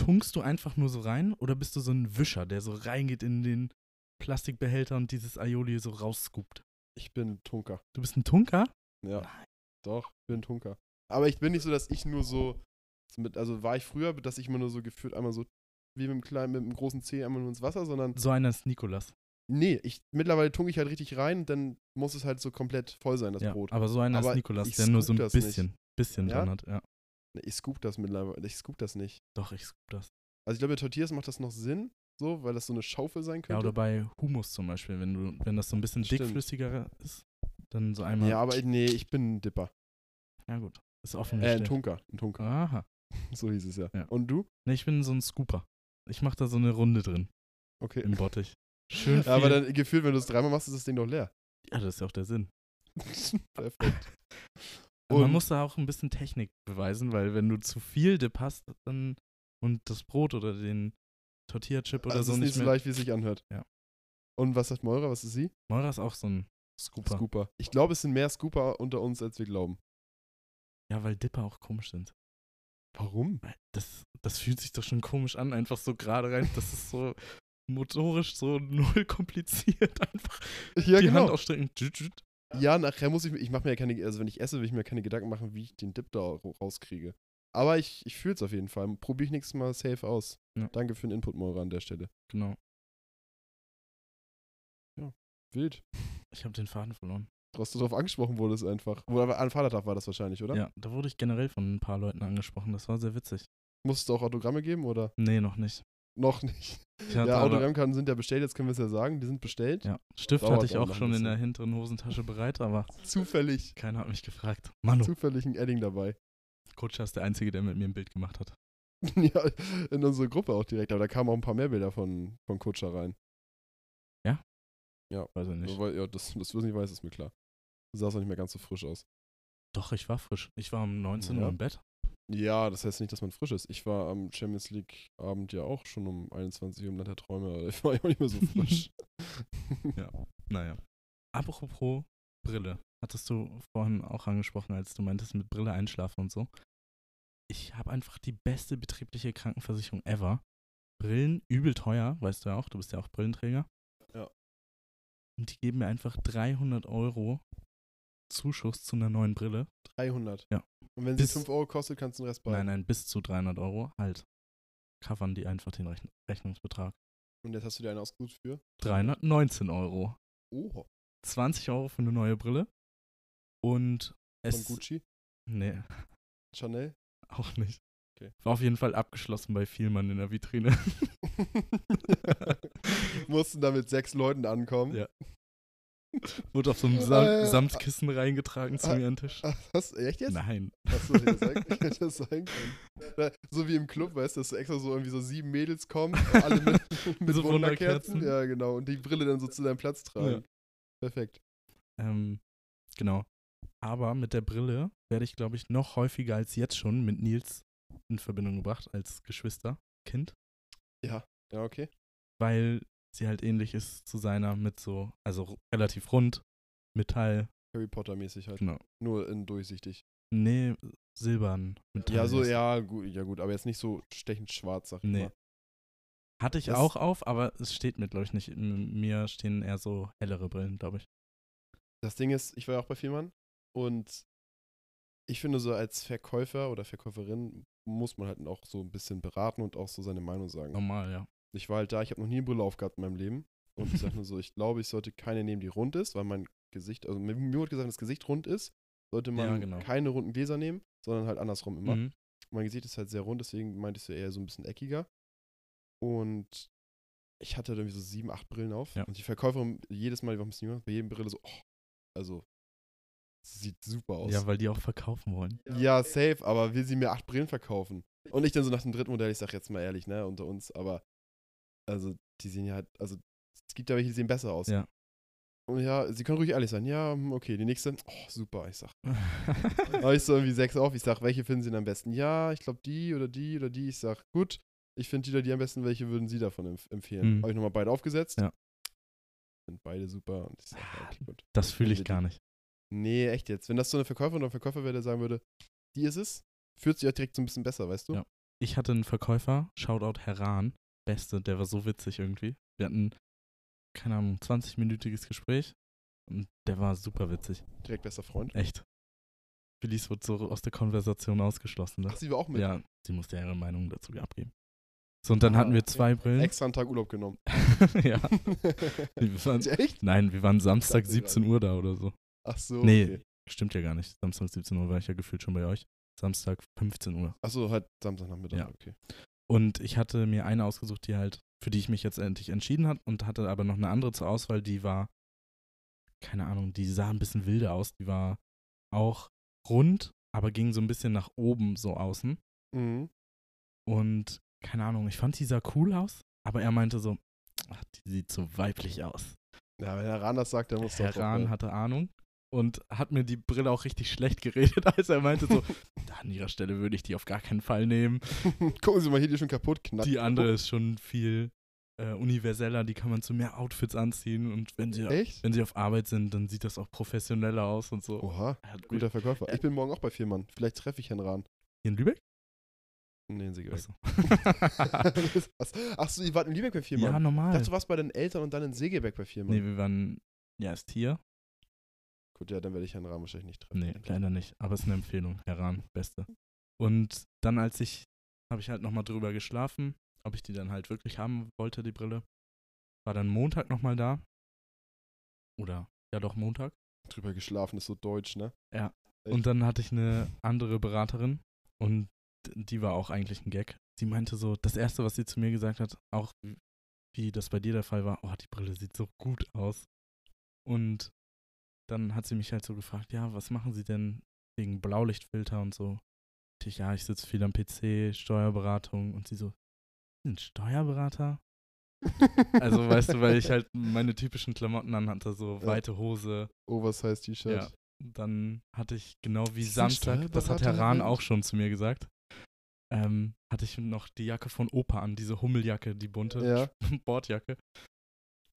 Speaker 2: Tunkst du einfach nur so rein oder bist du so ein Wischer, der so reingeht in den Plastikbehälter und dieses Aioli so rausscoopt?
Speaker 1: Ich bin Tunker.
Speaker 2: Du bist ein Tunker?
Speaker 1: Ja,
Speaker 2: Nein.
Speaker 1: doch, ich bin Tunker. Aber ich bin nicht so, dass ich nur so, so mit, also war ich früher, dass ich immer nur so gefühlt einmal so wie mit dem kleinen, mit dem großen Zeh einmal nur ins Wasser, sondern
Speaker 2: So einer ist Nikolas.
Speaker 1: nee, ich mittlerweile tunke ich halt richtig rein, dann muss es halt so komplett voll sein, das
Speaker 2: ja,
Speaker 1: Brot.
Speaker 2: Aber so einer
Speaker 1: Aber
Speaker 2: ist Nikolas,
Speaker 1: ich
Speaker 2: der nur so
Speaker 1: scoop
Speaker 2: ein
Speaker 1: das nicht.
Speaker 2: bisschen, bisschen
Speaker 1: Ja?
Speaker 2: dran hat. Ja.
Speaker 1: Ich scoop das mittlerweile, ich scoop das nicht.
Speaker 2: Doch, ich scoop das.
Speaker 1: Also ich glaube, bei Tortillas macht das noch Sinn, so, weil das so eine Schaufel sein
Speaker 2: Ja,
Speaker 1: könnte.
Speaker 2: oder bei Humus zum Beispiel, wenn, du, wenn das so ein bisschen
Speaker 1: Stimmt.
Speaker 2: dickflüssiger ist, dann so einmal.
Speaker 1: Ja, aber nee, ich bin ein Dipper.
Speaker 2: Ja, gut. Ist
Speaker 1: Äh, ein
Speaker 2: offengestellt.
Speaker 1: Tunker. Ein Tunker.
Speaker 2: Aha.
Speaker 1: So hieß es ja.
Speaker 2: Ja.
Speaker 1: Und du?
Speaker 2: Ne, ich bin so ein Scooper. Ich mache da so eine Runde drin
Speaker 1: Okay.
Speaker 2: im Bottich. Schön viel.
Speaker 1: Ja, aber dann gefühlt, wenn du es dreimal machst, ist das Ding doch leer.
Speaker 2: ja, das ist ja auch der Sinn.
Speaker 1: Perfekt.
Speaker 2: Und man
Speaker 1: Und-
Speaker 2: muss da auch ein bisschen Technik beweisen, weil wenn du zu viel Dip hast dann, und das Brot oder den Tortilla-Chip oder
Speaker 1: Also es
Speaker 2: so
Speaker 1: ist
Speaker 2: nicht
Speaker 1: nicht so
Speaker 2: mehr.
Speaker 1: leicht, wie es sich anhört.
Speaker 2: Ja.
Speaker 1: Und was sagt Moira? Was ist sie?
Speaker 2: Moira ist auch so ein Scooper.
Speaker 1: Scooper. Ich glaube, es sind mehr Scooper unter uns, als wir glauben.
Speaker 2: Ja, weil Dipper auch komisch sind.
Speaker 1: Warum?
Speaker 2: Weil Das, das fühlt sich doch schon komisch an, einfach so gerade rein. Das ist so motorisch so null kompliziert. Einfach
Speaker 1: Ja,
Speaker 2: die Hand
Speaker 1: genau.
Speaker 2: ausstrecken. tschüt, tschüt.
Speaker 1: Ja, nachher muss ich mir, ich mache mir ja keine, also wenn ich esse, will ich mir keine Gedanken machen, wie ich den Dip da ra- rauskriege. Aber ich, ich fühle es auf jeden Fall. Probiere ich nächstes Mal safe aus.
Speaker 2: Ja.
Speaker 1: Danke für den Input, Moira, an der Stelle.
Speaker 2: Genau.
Speaker 1: Wild.
Speaker 2: Ich habe den Faden verloren.
Speaker 1: dass du darauf angesprochen wurdest einfach. Oder an Vatertag war das wahrscheinlich, oder?
Speaker 2: Ja, da wurde ich generell von ein paar Leuten angesprochen. Das war sehr witzig.
Speaker 1: Musstest du auch Autogramme geben oder
Speaker 2: Nee, noch nicht.
Speaker 1: noch nicht?
Speaker 2: Ich hatte
Speaker 1: ja,
Speaker 2: aber,
Speaker 1: Autogrammkarten sind ja bestellt, jetzt können wir es ja sagen, die sind bestellt.
Speaker 2: ja, Stift
Speaker 1: Dauert
Speaker 2: hatte ich
Speaker 1: auch
Speaker 2: auch
Speaker 1: noch ein
Speaker 2: schon in
Speaker 1: bisschen.
Speaker 2: der hinteren Hosentasche bereit, aber
Speaker 1: Zufällig,
Speaker 2: keiner hat mich gefragt. Manu,
Speaker 1: zufällig ein Edding dabei.
Speaker 2: Kutscher ist der Einzige, der mit mir ein Bild gemacht hat.
Speaker 1: ja, in unsere Gruppe auch direkt, aber da kamen auch ein paar mehr Bilder von, von Kutscher rein.
Speaker 2: Weiß ich nicht.
Speaker 1: Weil, ja, das, das wissen ich weiß, ist mir klar. Du sahst auch nicht mehr ganz so frisch aus.
Speaker 2: Doch, ich war frisch. Ich war um 19
Speaker 1: Ja.
Speaker 2: Uhr im Bett.
Speaker 1: Ja, das heißt nicht, dass man frisch ist. Ich war am Champions League Abend ja auch schon um 21 Uhr im Land der Träume, aber ich war ja auch nicht mehr so frisch.
Speaker 2: Naja. Apropos Brille. hattest du vorhin auch angesprochen, als du meintest, mit Brille einschlafen und so. Ich habe einfach die beste betriebliche Krankenversicherung ever. Brillen übel teuer, weißt du ja auch, du bist ja auch Brillenträger.
Speaker 1: Ja.
Speaker 2: Und die geben mir einfach 300 Euro Zuschuss zu einer neuen Brille.
Speaker 1: 300.
Speaker 2: Ja.
Speaker 1: Und wenn sie
Speaker 2: Bis-
Speaker 1: 5 Euro kostet, kannst du den Rest
Speaker 2: Nein,
Speaker 1: behalten.
Speaker 2: nein, bis zu 300 Euro halt. Covern die einfach den Rechn Rechnungsbetrag.
Speaker 1: Und jetzt hast du dir einen ausgesucht für?
Speaker 2: 319 Euro.
Speaker 1: Oh,
Speaker 2: 20 Euro für eine neue Brille. Und
Speaker 1: von
Speaker 2: es.
Speaker 1: Gucci,
Speaker 2: Nee,
Speaker 1: Chanel.
Speaker 2: auch nicht.
Speaker 1: Okay.
Speaker 2: War auf jeden Fall abgeschlossen bei Vielmann in der Vitrine.
Speaker 1: Mussten da mit sechs Leuten ankommen.
Speaker 2: Ja. Wurde auf so einem
Speaker 1: Ah, ja.
Speaker 2: Sam Samtkissen reingetragen zu
Speaker 1: Ah,
Speaker 2: mir an den Tisch.
Speaker 1: Ach, Was, echt jetzt?
Speaker 2: Nein.
Speaker 1: Hast du dir gesagt, ich hätte das sein können? Na, So wie im Club, weißt du, dass extra so irgendwie so sieben Mädels kommen, alle mit, mit
Speaker 2: So
Speaker 1: Wunderkerzen.
Speaker 2: Wunderkerzen.
Speaker 1: Ja, genau. Und die Brille dann so zu deinem Platz tragen.
Speaker 2: Ja.
Speaker 1: Perfekt.
Speaker 2: Ähm, genau. Aber mit der Brille werde ich, glaube ich, noch häufiger als jetzt schon mit Nils in Verbindung gebracht, als Geschwister, Kind,
Speaker 1: Ja, okay.
Speaker 2: weil sie halt ähnlich ist zu seiner mit so, also r- relativ rund, Metall,
Speaker 1: Harry Potter-mäßig halt.
Speaker 2: genau.
Speaker 1: Nur in durchsichtig.
Speaker 2: Nee, silbern. Metall
Speaker 1: Ja, so,
Speaker 2: ist-
Speaker 1: ja, gut, ja, gut, aber jetzt nicht so stechend schwarz, sag ich
Speaker 2: Nee.
Speaker 1: mal.
Speaker 2: Hatte ich
Speaker 1: Das-
Speaker 2: auch auf, aber es steht mir, glaube ich, nicht. M- Mir stehen eher so hellere Brillen, glaube ich.
Speaker 1: Das Ding ist, ich war ja auch bei Fehmarn und ich finde so als Verkäufer oder Verkäuferin muss man halt auch so ein bisschen beraten und auch so seine Meinung sagen.
Speaker 2: Normal, ja.
Speaker 1: Ich war halt da, ich habe noch nie eine Brille aufgehabt in meinem Leben. Und ich sage nur so, ich glaube, ich sollte keine nehmen, die rund ist, weil mein Gesicht, also mir, mir wurde gesagt, wenn das Gesicht rund ist, sollte man
Speaker 2: Ja, genau.
Speaker 1: keine runden Gläser nehmen, sondern halt andersrum immer.
Speaker 2: Mhm.
Speaker 1: Mein Gesicht ist halt sehr rund, deswegen meinte ich so eher so ein bisschen eckiger. Und ich hatte halt irgendwie so sieben, acht Brillen auf.
Speaker 2: Ja.
Speaker 1: Und die Verkäuferin jedes Mal, die war ein bisschen jünger, bei jedem Brille so, oh, also sieht super aus.
Speaker 2: Ja, weil die auch verkaufen wollen.
Speaker 1: Ja, safe, aber will sie mir acht Brillen verkaufen? Und ich dann so nach dem dritten Modell, ich sag jetzt mal ehrlich, ne, unter uns, aber also die sehen ja halt, also es gibt ja welche, die sehen besser aus.
Speaker 2: Ja.
Speaker 1: Und ja, sie können ruhig ehrlich sein. Ja, hm, okay, die nächste, oh, super, ich sag. Habe ich so irgendwie sechs auf, ich sag, welche finden sie denn am besten? Ja, ich glaube die oder die oder die, ich sag, gut, ich finde die oder die am besten, welche würden sie davon empf empfehlen?
Speaker 2: Mhm.
Speaker 1: Habe ich nochmal beide aufgesetzt?
Speaker 2: Ja. Ah.
Speaker 1: Sind beide super und ich sag, ja, okay, gut.
Speaker 2: Das fühle ich gar nicht.
Speaker 1: Nee, echt jetzt. Wenn das so eine Verkäuferin oder ein Verkäufer wäre, der sagen würde, die ist es, fühlt sich euch direkt so ein bisschen besser, weißt du?
Speaker 2: Ja. Ich hatte einen Verkäufer, Shoutout Heran, Beste, der war so witzig irgendwie. Wir hatten, keine Ahnung, 20-minütiges Gespräch und der war super witzig.
Speaker 1: Direkt bester Freund.
Speaker 2: Echt. Felice wurde so aus der Konversation ausgeschlossen. Ne?
Speaker 1: Ach, sie war auch mit.
Speaker 2: Ja, sie musste ihre Meinung dazu abgeben. So, und dann
Speaker 1: Ah,
Speaker 2: hatten wir
Speaker 1: okay.
Speaker 2: zwei Brillen.
Speaker 1: Extra einen Tag Urlaub genommen.
Speaker 2: ja. Wir waren,
Speaker 1: echt?
Speaker 2: nein, wir waren Samstag
Speaker 1: Dachte gerade.
Speaker 2: 17 Uhr da oder so.
Speaker 1: Ach so.
Speaker 2: Nee.
Speaker 1: Okay.
Speaker 2: Stimmt ja gar nicht. Samstag 17 Uhr war ich ja gefühlt schon bei euch. Samstag 15 Uhr.
Speaker 1: Ach so, halt Samstagnachmittag.
Speaker 2: Ja.
Speaker 1: Okay.
Speaker 2: Und ich hatte mir eine ausgesucht, die halt, für die ich mich jetzt endlich entschieden habe und hatte aber noch eine andere zur Auswahl, die war, keine Ahnung, die sah ein bisschen wilder aus. Die war auch rund, aber ging so ein bisschen nach oben so außen.
Speaker 1: Mhm.
Speaker 2: Und keine Ahnung, ich fand die sah cool aus, aber er meinte so, ach, die sieht so weiblich aus.
Speaker 1: Ja, wenn Herr Rahn das sagt, dann muss äh,
Speaker 2: Herr Rahn hatte Ahnung und hat mir die Brille auch richtig schlecht geredet, als er meinte so, an ihrer Stelle würde ich die auf gar keinen Fall nehmen.
Speaker 1: Gucken Sie mal, hier die ist schon kaputt. Knackt.
Speaker 2: Die andere ist schon viel äh, universeller, die kann man zu mehr Outfits anziehen und wenn sie,
Speaker 1: Echt?
Speaker 2: wenn sie auf Arbeit sind, dann sieht das auch professioneller aus und so.
Speaker 1: Oha,
Speaker 2: Er hat
Speaker 1: Oh, guter Verkäufer.
Speaker 2: Äh.
Speaker 1: Ich bin morgen auch bei Firmann. Vielleicht treffe ich Herrn Rahn.
Speaker 2: Hier in Lübeck?
Speaker 1: Nee, in Segeberg.
Speaker 2: Achso.
Speaker 1: Ach so, ihr wart in Lübeck bei Firmann.
Speaker 2: ja,
Speaker 1: ich
Speaker 2: normal.
Speaker 1: dachte, du warst bei deinen Eltern und dann in Segeberg bei Firmann.
Speaker 2: Nee, wir waren ja erst hier.
Speaker 1: Gut, ja, dann werde ich Herrn Rahn wahrscheinlich nicht treffen.
Speaker 2: Nee, leider nicht. Aber es ist eine Empfehlung. Heran, beste. Und dann, als ich, habe ich halt nochmal drüber geschlafen, ob ich die dann halt wirklich haben wollte, die Brille. War dann Montag nochmal da. Oder, ja doch, Montag.
Speaker 1: drüber geschlafen, ist so deutsch, ne? Echt?
Speaker 2: Und dann hatte ich eine andere Beraterin und die war auch eigentlich ein Gag. Sie meinte so, das Erste, was sie zu mir gesagt hat, auch
Speaker 1: Hm.
Speaker 2: wie das bei dir der Fall war, oh, die Brille sieht so gut aus. Und dann hat sie mich halt so gefragt, ja, was machen Sie denn wegen Blaulichtfilter und so? Und ich, ja, ich sitze viel am PC, Steuerberatung und sie so, "Sie sind Steuerberater? Also weißt du, weil ich halt meine typischen Klamotten anhatte, so
Speaker 1: Ja.
Speaker 2: weite Hose,
Speaker 1: Oversize T-Shirt.
Speaker 2: Ja. dann hatte ich genau wie
Speaker 1: Sie sind
Speaker 2: Samstag, das hat Herr
Speaker 1: Steuerberater,
Speaker 2: Rahn
Speaker 1: Herr
Speaker 2: auch
Speaker 1: Wild?
Speaker 2: schon zu mir gesagt, ähm, hatte ich noch die Jacke von Opa an, diese Hummeljacke, die bunte
Speaker 1: Ja.
Speaker 2: Bordjacke.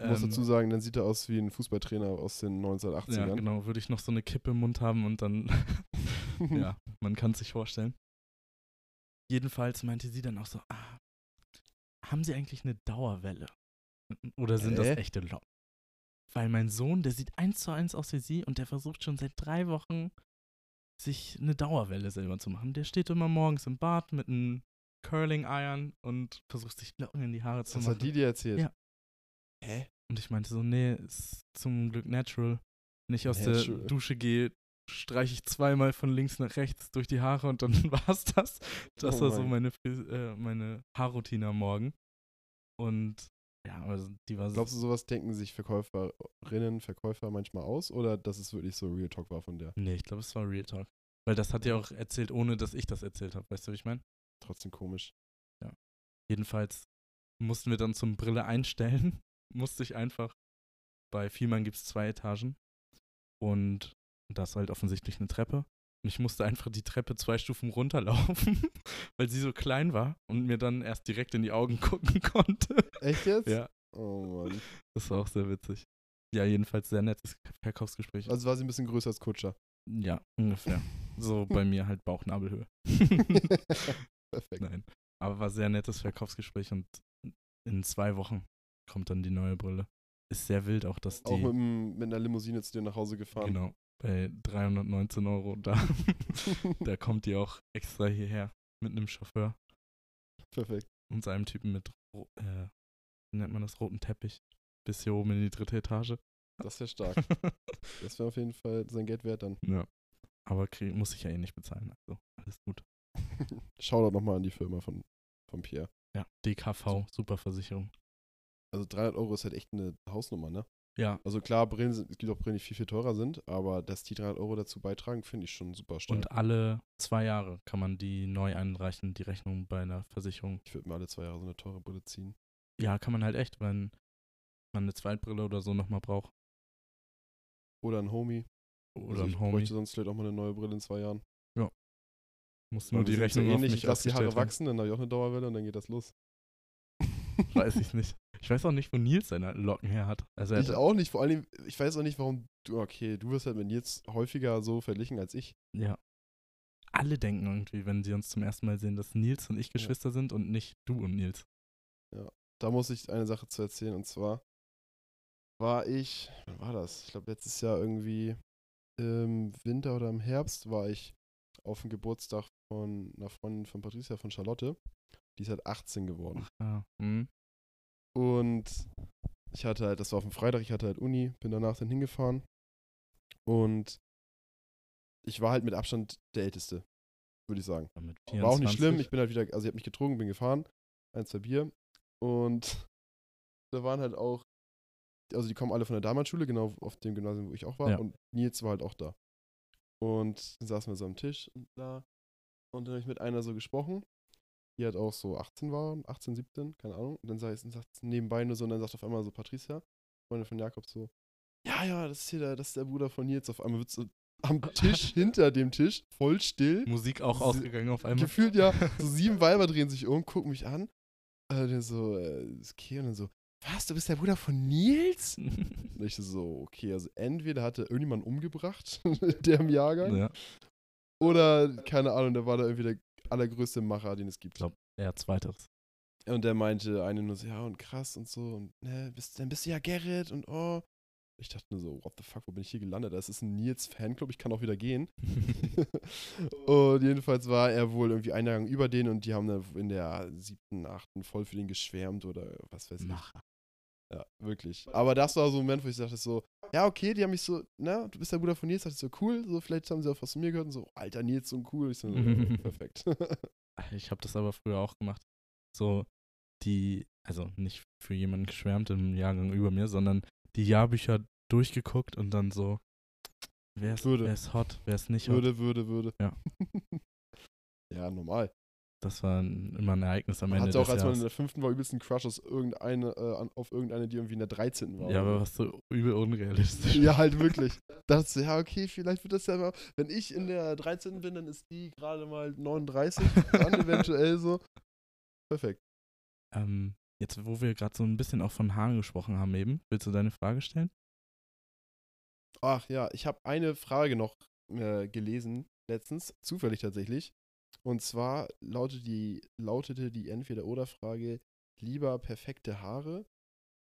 Speaker 1: muss
Speaker 2: Ähm,
Speaker 1: dazu sagen, dann sieht er aus wie ein Fußballtrainer aus den 1980ern.
Speaker 2: ja, genau, würde ich noch so eine Kippe im Mund haben und dann genau. ja, man kann sich vorstellen. Jedenfalls meinte sie dann auch so, ah, haben sie eigentlich eine Dauerwelle? Oder sind das
Speaker 1: Hä?
Speaker 2: echte Locken? Weil mein Sohn, der sieht eins zu eins aus wie sie und der versucht schon seit drei Wochen, sich eine Dauerwelle selber zu machen. Der steht immer morgens im Bad mit einem Curling-Iron und versucht sich Locken in die Haare zu
Speaker 1: Das
Speaker 2: machen.
Speaker 1: hat die dir erzählt.
Speaker 2: Ja.
Speaker 1: Hä?
Speaker 2: Und ich meinte so, nee, ist zum Glück natural. Wenn ich aus
Speaker 1: Natural.
Speaker 2: der Dusche gehe, streiche ich zweimal von links nach rechts durch die Haare und dann war's das.
Speaker 1: Oh
Speaker 2: Das war so
Speaker 1: mein.
Speaker 2: meine, Fris äh, meine Haarroutine am Morgen. Und ja, also die war
Speaker 1: Glaubst du, sowas denken sich Verkäuferinnen, Verkäufer manchmal aus oder dass es wirklich so Real Talk war von der?
Speaker 2: Nee, ich glaube, es war Real Talk. Weil das hat ja auch erzählt, ohne dass ich das erzählt habe. Weißt du, wie ich meine?
Speaker 1: Trotzdem komisch.
Speaker 2: Jedenfalls mussten wir dann zum Brille einstellen. Musste ich einfach. Bei Vielmann gibt es zwei Etagen. Und da ist halt offensichtlich eine Treppe. Und ich musste einfach die Treppe zwei Stufen runterlaufen, weil sie so klein war und mir dann erst direkt in die Augen gucken konnte.
Speaker 1: Echt jetzt?
Speaker 2: Ja,
Speaker 1: Oh Mann.
Speaker 2: das war auch sehr witzig. Ja, jedenfalls sehr nettes Verkaufsgespräch.
Speaker 1: Also war sie ein bisschen größer als Kutscher.
Speaker 2: ja, ungefähr. So bei mir halt Bauchnabelhöhe.
Speaker 1: Perfekt.
Speaker 2: Nein. Aber war sehr nettes Verkaufsgespräch und in zwei Wochen kommt dann die neue Brille. Ist sehr wild auch, dass die
Speaker 1: Auch mit, dem- mit einer Limousine zu dir nach Hause gefahren.
Speaker 2: genau bei 319 Euro da, da kommt die auch extra hierher mit einem Chauffeur
Speaker 1: Perfekt.
Speaker 2: und seinem Typen mit ro- äh, wie nennt man das roten Teppich bis hier oben in die dritte Etage.
Speaker 1: Das wäre stark. Das wäre auf jeden Fall sein Geld wert dann.
Speaker 2: ja. Aber krieg, muss ich ja eh nicht bezahlen. Also alles gut.
Speaker 1: Shoutout nochmal an die Firma von, von Pierre.
Speaker 2: Ja, DKV, Superversicherung.
Speaker 1: Also 300 Euro ist halt echt eine Hausnummer, ne?
Speaker 2: Ja,
Speaker 1: Also klar, Brillen sind, es gibt auch Brillen, die viel, viel teurer sind, aber dass die 300 Euro dazu beitragen, finde ich schon super stark.
Speaker 2: und alle zwei Jahre kann man die neu einreichen, die Rechnung bei einer Versicherung.
Speaker 1: ich würde mir alle zwei Jahre so eine teure Brille ziehen.
Speaker 2: Ja, kann man halt echt, wenn man eine Zweitbrille oder so nochmal braucht.
Speaker 1: Oder ein Homie.
Speaker 2: Oder
Speaker 1: also
Speaker 2: ein
Speaker 1: ich
Speaker 2: Homie.
Speaker 1: bräuchte sonst vielleicht auch mal eine neue Brille in zwei Jahren.
Speaker 2: Muss
Speaker 1: Weil wir
Speaker 2: nur die
Speaker 1: sind so
Speaker 2: Rechnung auf
Speaker 1: ähnlich,
Speaker 2: mich
Speaker 1: ich lasse eh die Haare
Speaker 2: ausgestellt haben.
Speaker 1: wachsen, dann habe ich auch eine Dauerwelle und dann geht das los.
Speaker 2: Weiß ich nicht. Ich weiß auch nicht, wo Nils seine Locken her hat. Also er
Speaker 1: Ich
Speaker 2: hat,
Speaker 1: auch nicht, vor allem, ich weiß auch nicht, warum du, okay, du wirst halt mit Nils häufiger so verglichen als ich.
Speaker 2: ja. Alle denken irgendwie, wenn sie uns zum ersten Mal sehen, dass Nils und ich Geschwister sind und nicht du und Nils.
Speaker 1: Da muss ich eine Sache zu erzählen und zwar war ich, wann war das? Ich glaube letztes Jahr irgendwie im Winter oder im Herbst war ich auf dem Geburtstag von einer Freundin von Patricia, von Charlotte. Die ist halt 18 geworden.
Speaker 2: Ah, hm.
Speaker 1: Und ich hatte halt, das war auf dem Freitag, ich hatte halt Uni, bin danach dann hingefahren. Und ich war halt mit Abstand der Älteste, würde ich sagen.
Speaker 2: War mit
Speaker 1: War auch nicht
Speaker 2: 24.
Speaker 1: schlimm. Ich bin halt wieder, also ich habe mich getrunken, bin gefahren, ein, zwei Bier. Und da waren halt auch, also die kommen alle von der Damatschule, genau auf dem Gymnasium, wo ich auch war.
Speaker 2: Ja.
Speaker 1: Und Nils war halt auch da. Und dann saßen wir so am Tisch und da. Und dann habe ich mit einer so gesprochen, die halt auch so 18 war, 18, 17, keine Ahnung. Und dann sag ich, sagt sie nebenbei nur so, und dann sagt auf einmal so Patricia, Freundin von Jakob, so, ja, ja, das ist hier der, das ist der Bruder von Nils. Auf einmal wird so am Tisch, hinter dem Tisch, voll still.
Speaker 2: Musik auch
Speaker 1: Sie-
Speaker 2: ausgegangen auf einmal.
Speaker 1: Gefühlt ja, so sieben Weiber drehen sich um, gucken mich an. Äh, dann so, äh, ist okay. Und dann so, was, du bist der Bruder von Nils? Und ich so, okay, also entweder hat er irgendjemanden umgebracht, der im Jahrgang,
Speaker 2: ja.
Speaker 1: oder, keine Ahnung, da war da irgendwie der allergrößte Macher, den es gibt.
Speaker 2: Glaub- ja, zweiteres.
Speaker 1: Und der meinte eine nur so, ja, und krass und so, und ne, bist, dann bist du ja Gerrit und oh. Ich dachte nur so, what the fuck, wo bin ich hier gelandet? Das ist ein Nils-Fanclub, ich kann auch wieder gehen. und jedenfalls war er wohl irgendwie einen Jahrgang über den und die haben dann in der siebten, achten voll für den geschwärmt oder was weiß ich.
Speaker 2: Macher.
Speaker 1: Ja, wirklich. Aber das war so ein Moment, wo ich dachte so, ja, okay, die haben mich so, na, du bist der Bruder von Nils, dachte ich so, cool, so, vielleicht haben sie auch was von mir gehört und so, oh, alter Nils, so cool. Ich so, oh, perfekt.
Speaker 2: Ich habe das aber früher auch gemacht. So die, also nicht für jemanden geschwärmt im Jahrgang über mir, sondern die Jahrbücher durchgeguckt und dann so, wer ist,
Speaker 1: Würde.
Speaker 2: wer ist hot, wer ist nicht hot.
Speaker 1: würde, würde, würde.
Speaker 2: Ja.
Speaker 1: ja, normal.
Speaker 2: Das war ein- immer ein Ereignis am
Speaker 1: Man
Speaker 2: Ende
Speaker 1: hatte auch,
Speaker 2: des
Speaker 1: als man in
Speaker 2: Jahres.
Speaker 1: der fünften war, übelsten Crush aus irgendeine, äh, an- auf irgendeine, die irgendwie in der 13. war. oder
Speaker 2: Ja, aber was so übel unrealistisch.
Speaker 1: Ja, halt wirklich. Dachte so, ja, okay, vielleicht wird das ja mal. Wenn ich in der 13. bin, dann ist die gerade mal 39, dann eventuell so. Perfekt.
Speaker 2: Ähm, Jetzt, wo wir gerade so ein bisschen auch von Haaren gesprochen haben eben, willst du deine Frage stellen?
Speaker 1: Ach ja, ich habe eine Frage noch äh, gelesen letztens, zufällig tatsächlich. Und zwar lautet die, lautete die Entweder-Oder-Frage: lieber perfekte Haare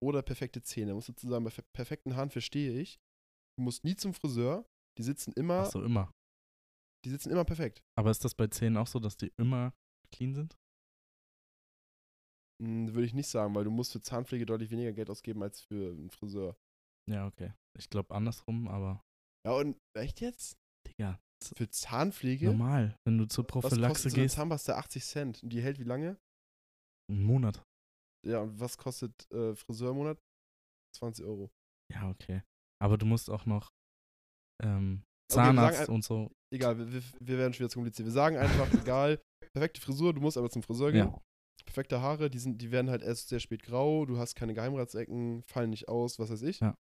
Speaker 1: oder perfekte Zähne. Musst du zusammen, bei fe- perfekten Haaren verstehe ich. Du musst nie zum Friseur. Die sitzen immer,
Speaker 2: Ach so, immer.
Speaker 1: die sitzen immer perfekt.
Speaker 2: Aber ist das bei Zähnen auch so, dass die immer clean sind?
Speaker 1: Hm, Würde ich nicht sagen, weil du musst für Zahnpflege deutlich weniger Geld ausgeben als für einen Friseur.
Speaker 2: Ja, okay. Ich glaube andersrum, aber
Speaker 1: Ja, und echt jetzt?
Speaker 2: Digga,
Speaker 1: Für Zahnpflege?
Speaker 2: normal. Wenn du zur
Speaker 1: was
Speaker 2: Prophylaxe
Speaker 1: kostet so eine
Speaker 2: gehst,
Speaker 1: Zahnpasta 80 Cent? Und die hält wie lange?
Speaker 2: einen Monat.
Speaker 1: Ja, und was kostet äh, Friseur im Monat? 20 Euro.
Speaker 2: Ja, okay. Aber du musst auch noch ähm,
Speaker 1: Okay, wir sagen
Speaker 2: Zahnarzt
Speaker 1: ein-
Speaker 2: und so.
Speaker 1: Egal, wir, wir, wir werden schon wieder zu kompliziert. Wir sagen einfach, egal, perfekte Frisur, du musst aber zum Friseur gehen.
Speaker 2: Ja.
Speaker 1: Perfekte Haare, die, sind, die werden halt erst sehr spät grau, du hast keine Geheimratsecken, fallen nicht aus, was weiß ich.
Speaker 2: Ja.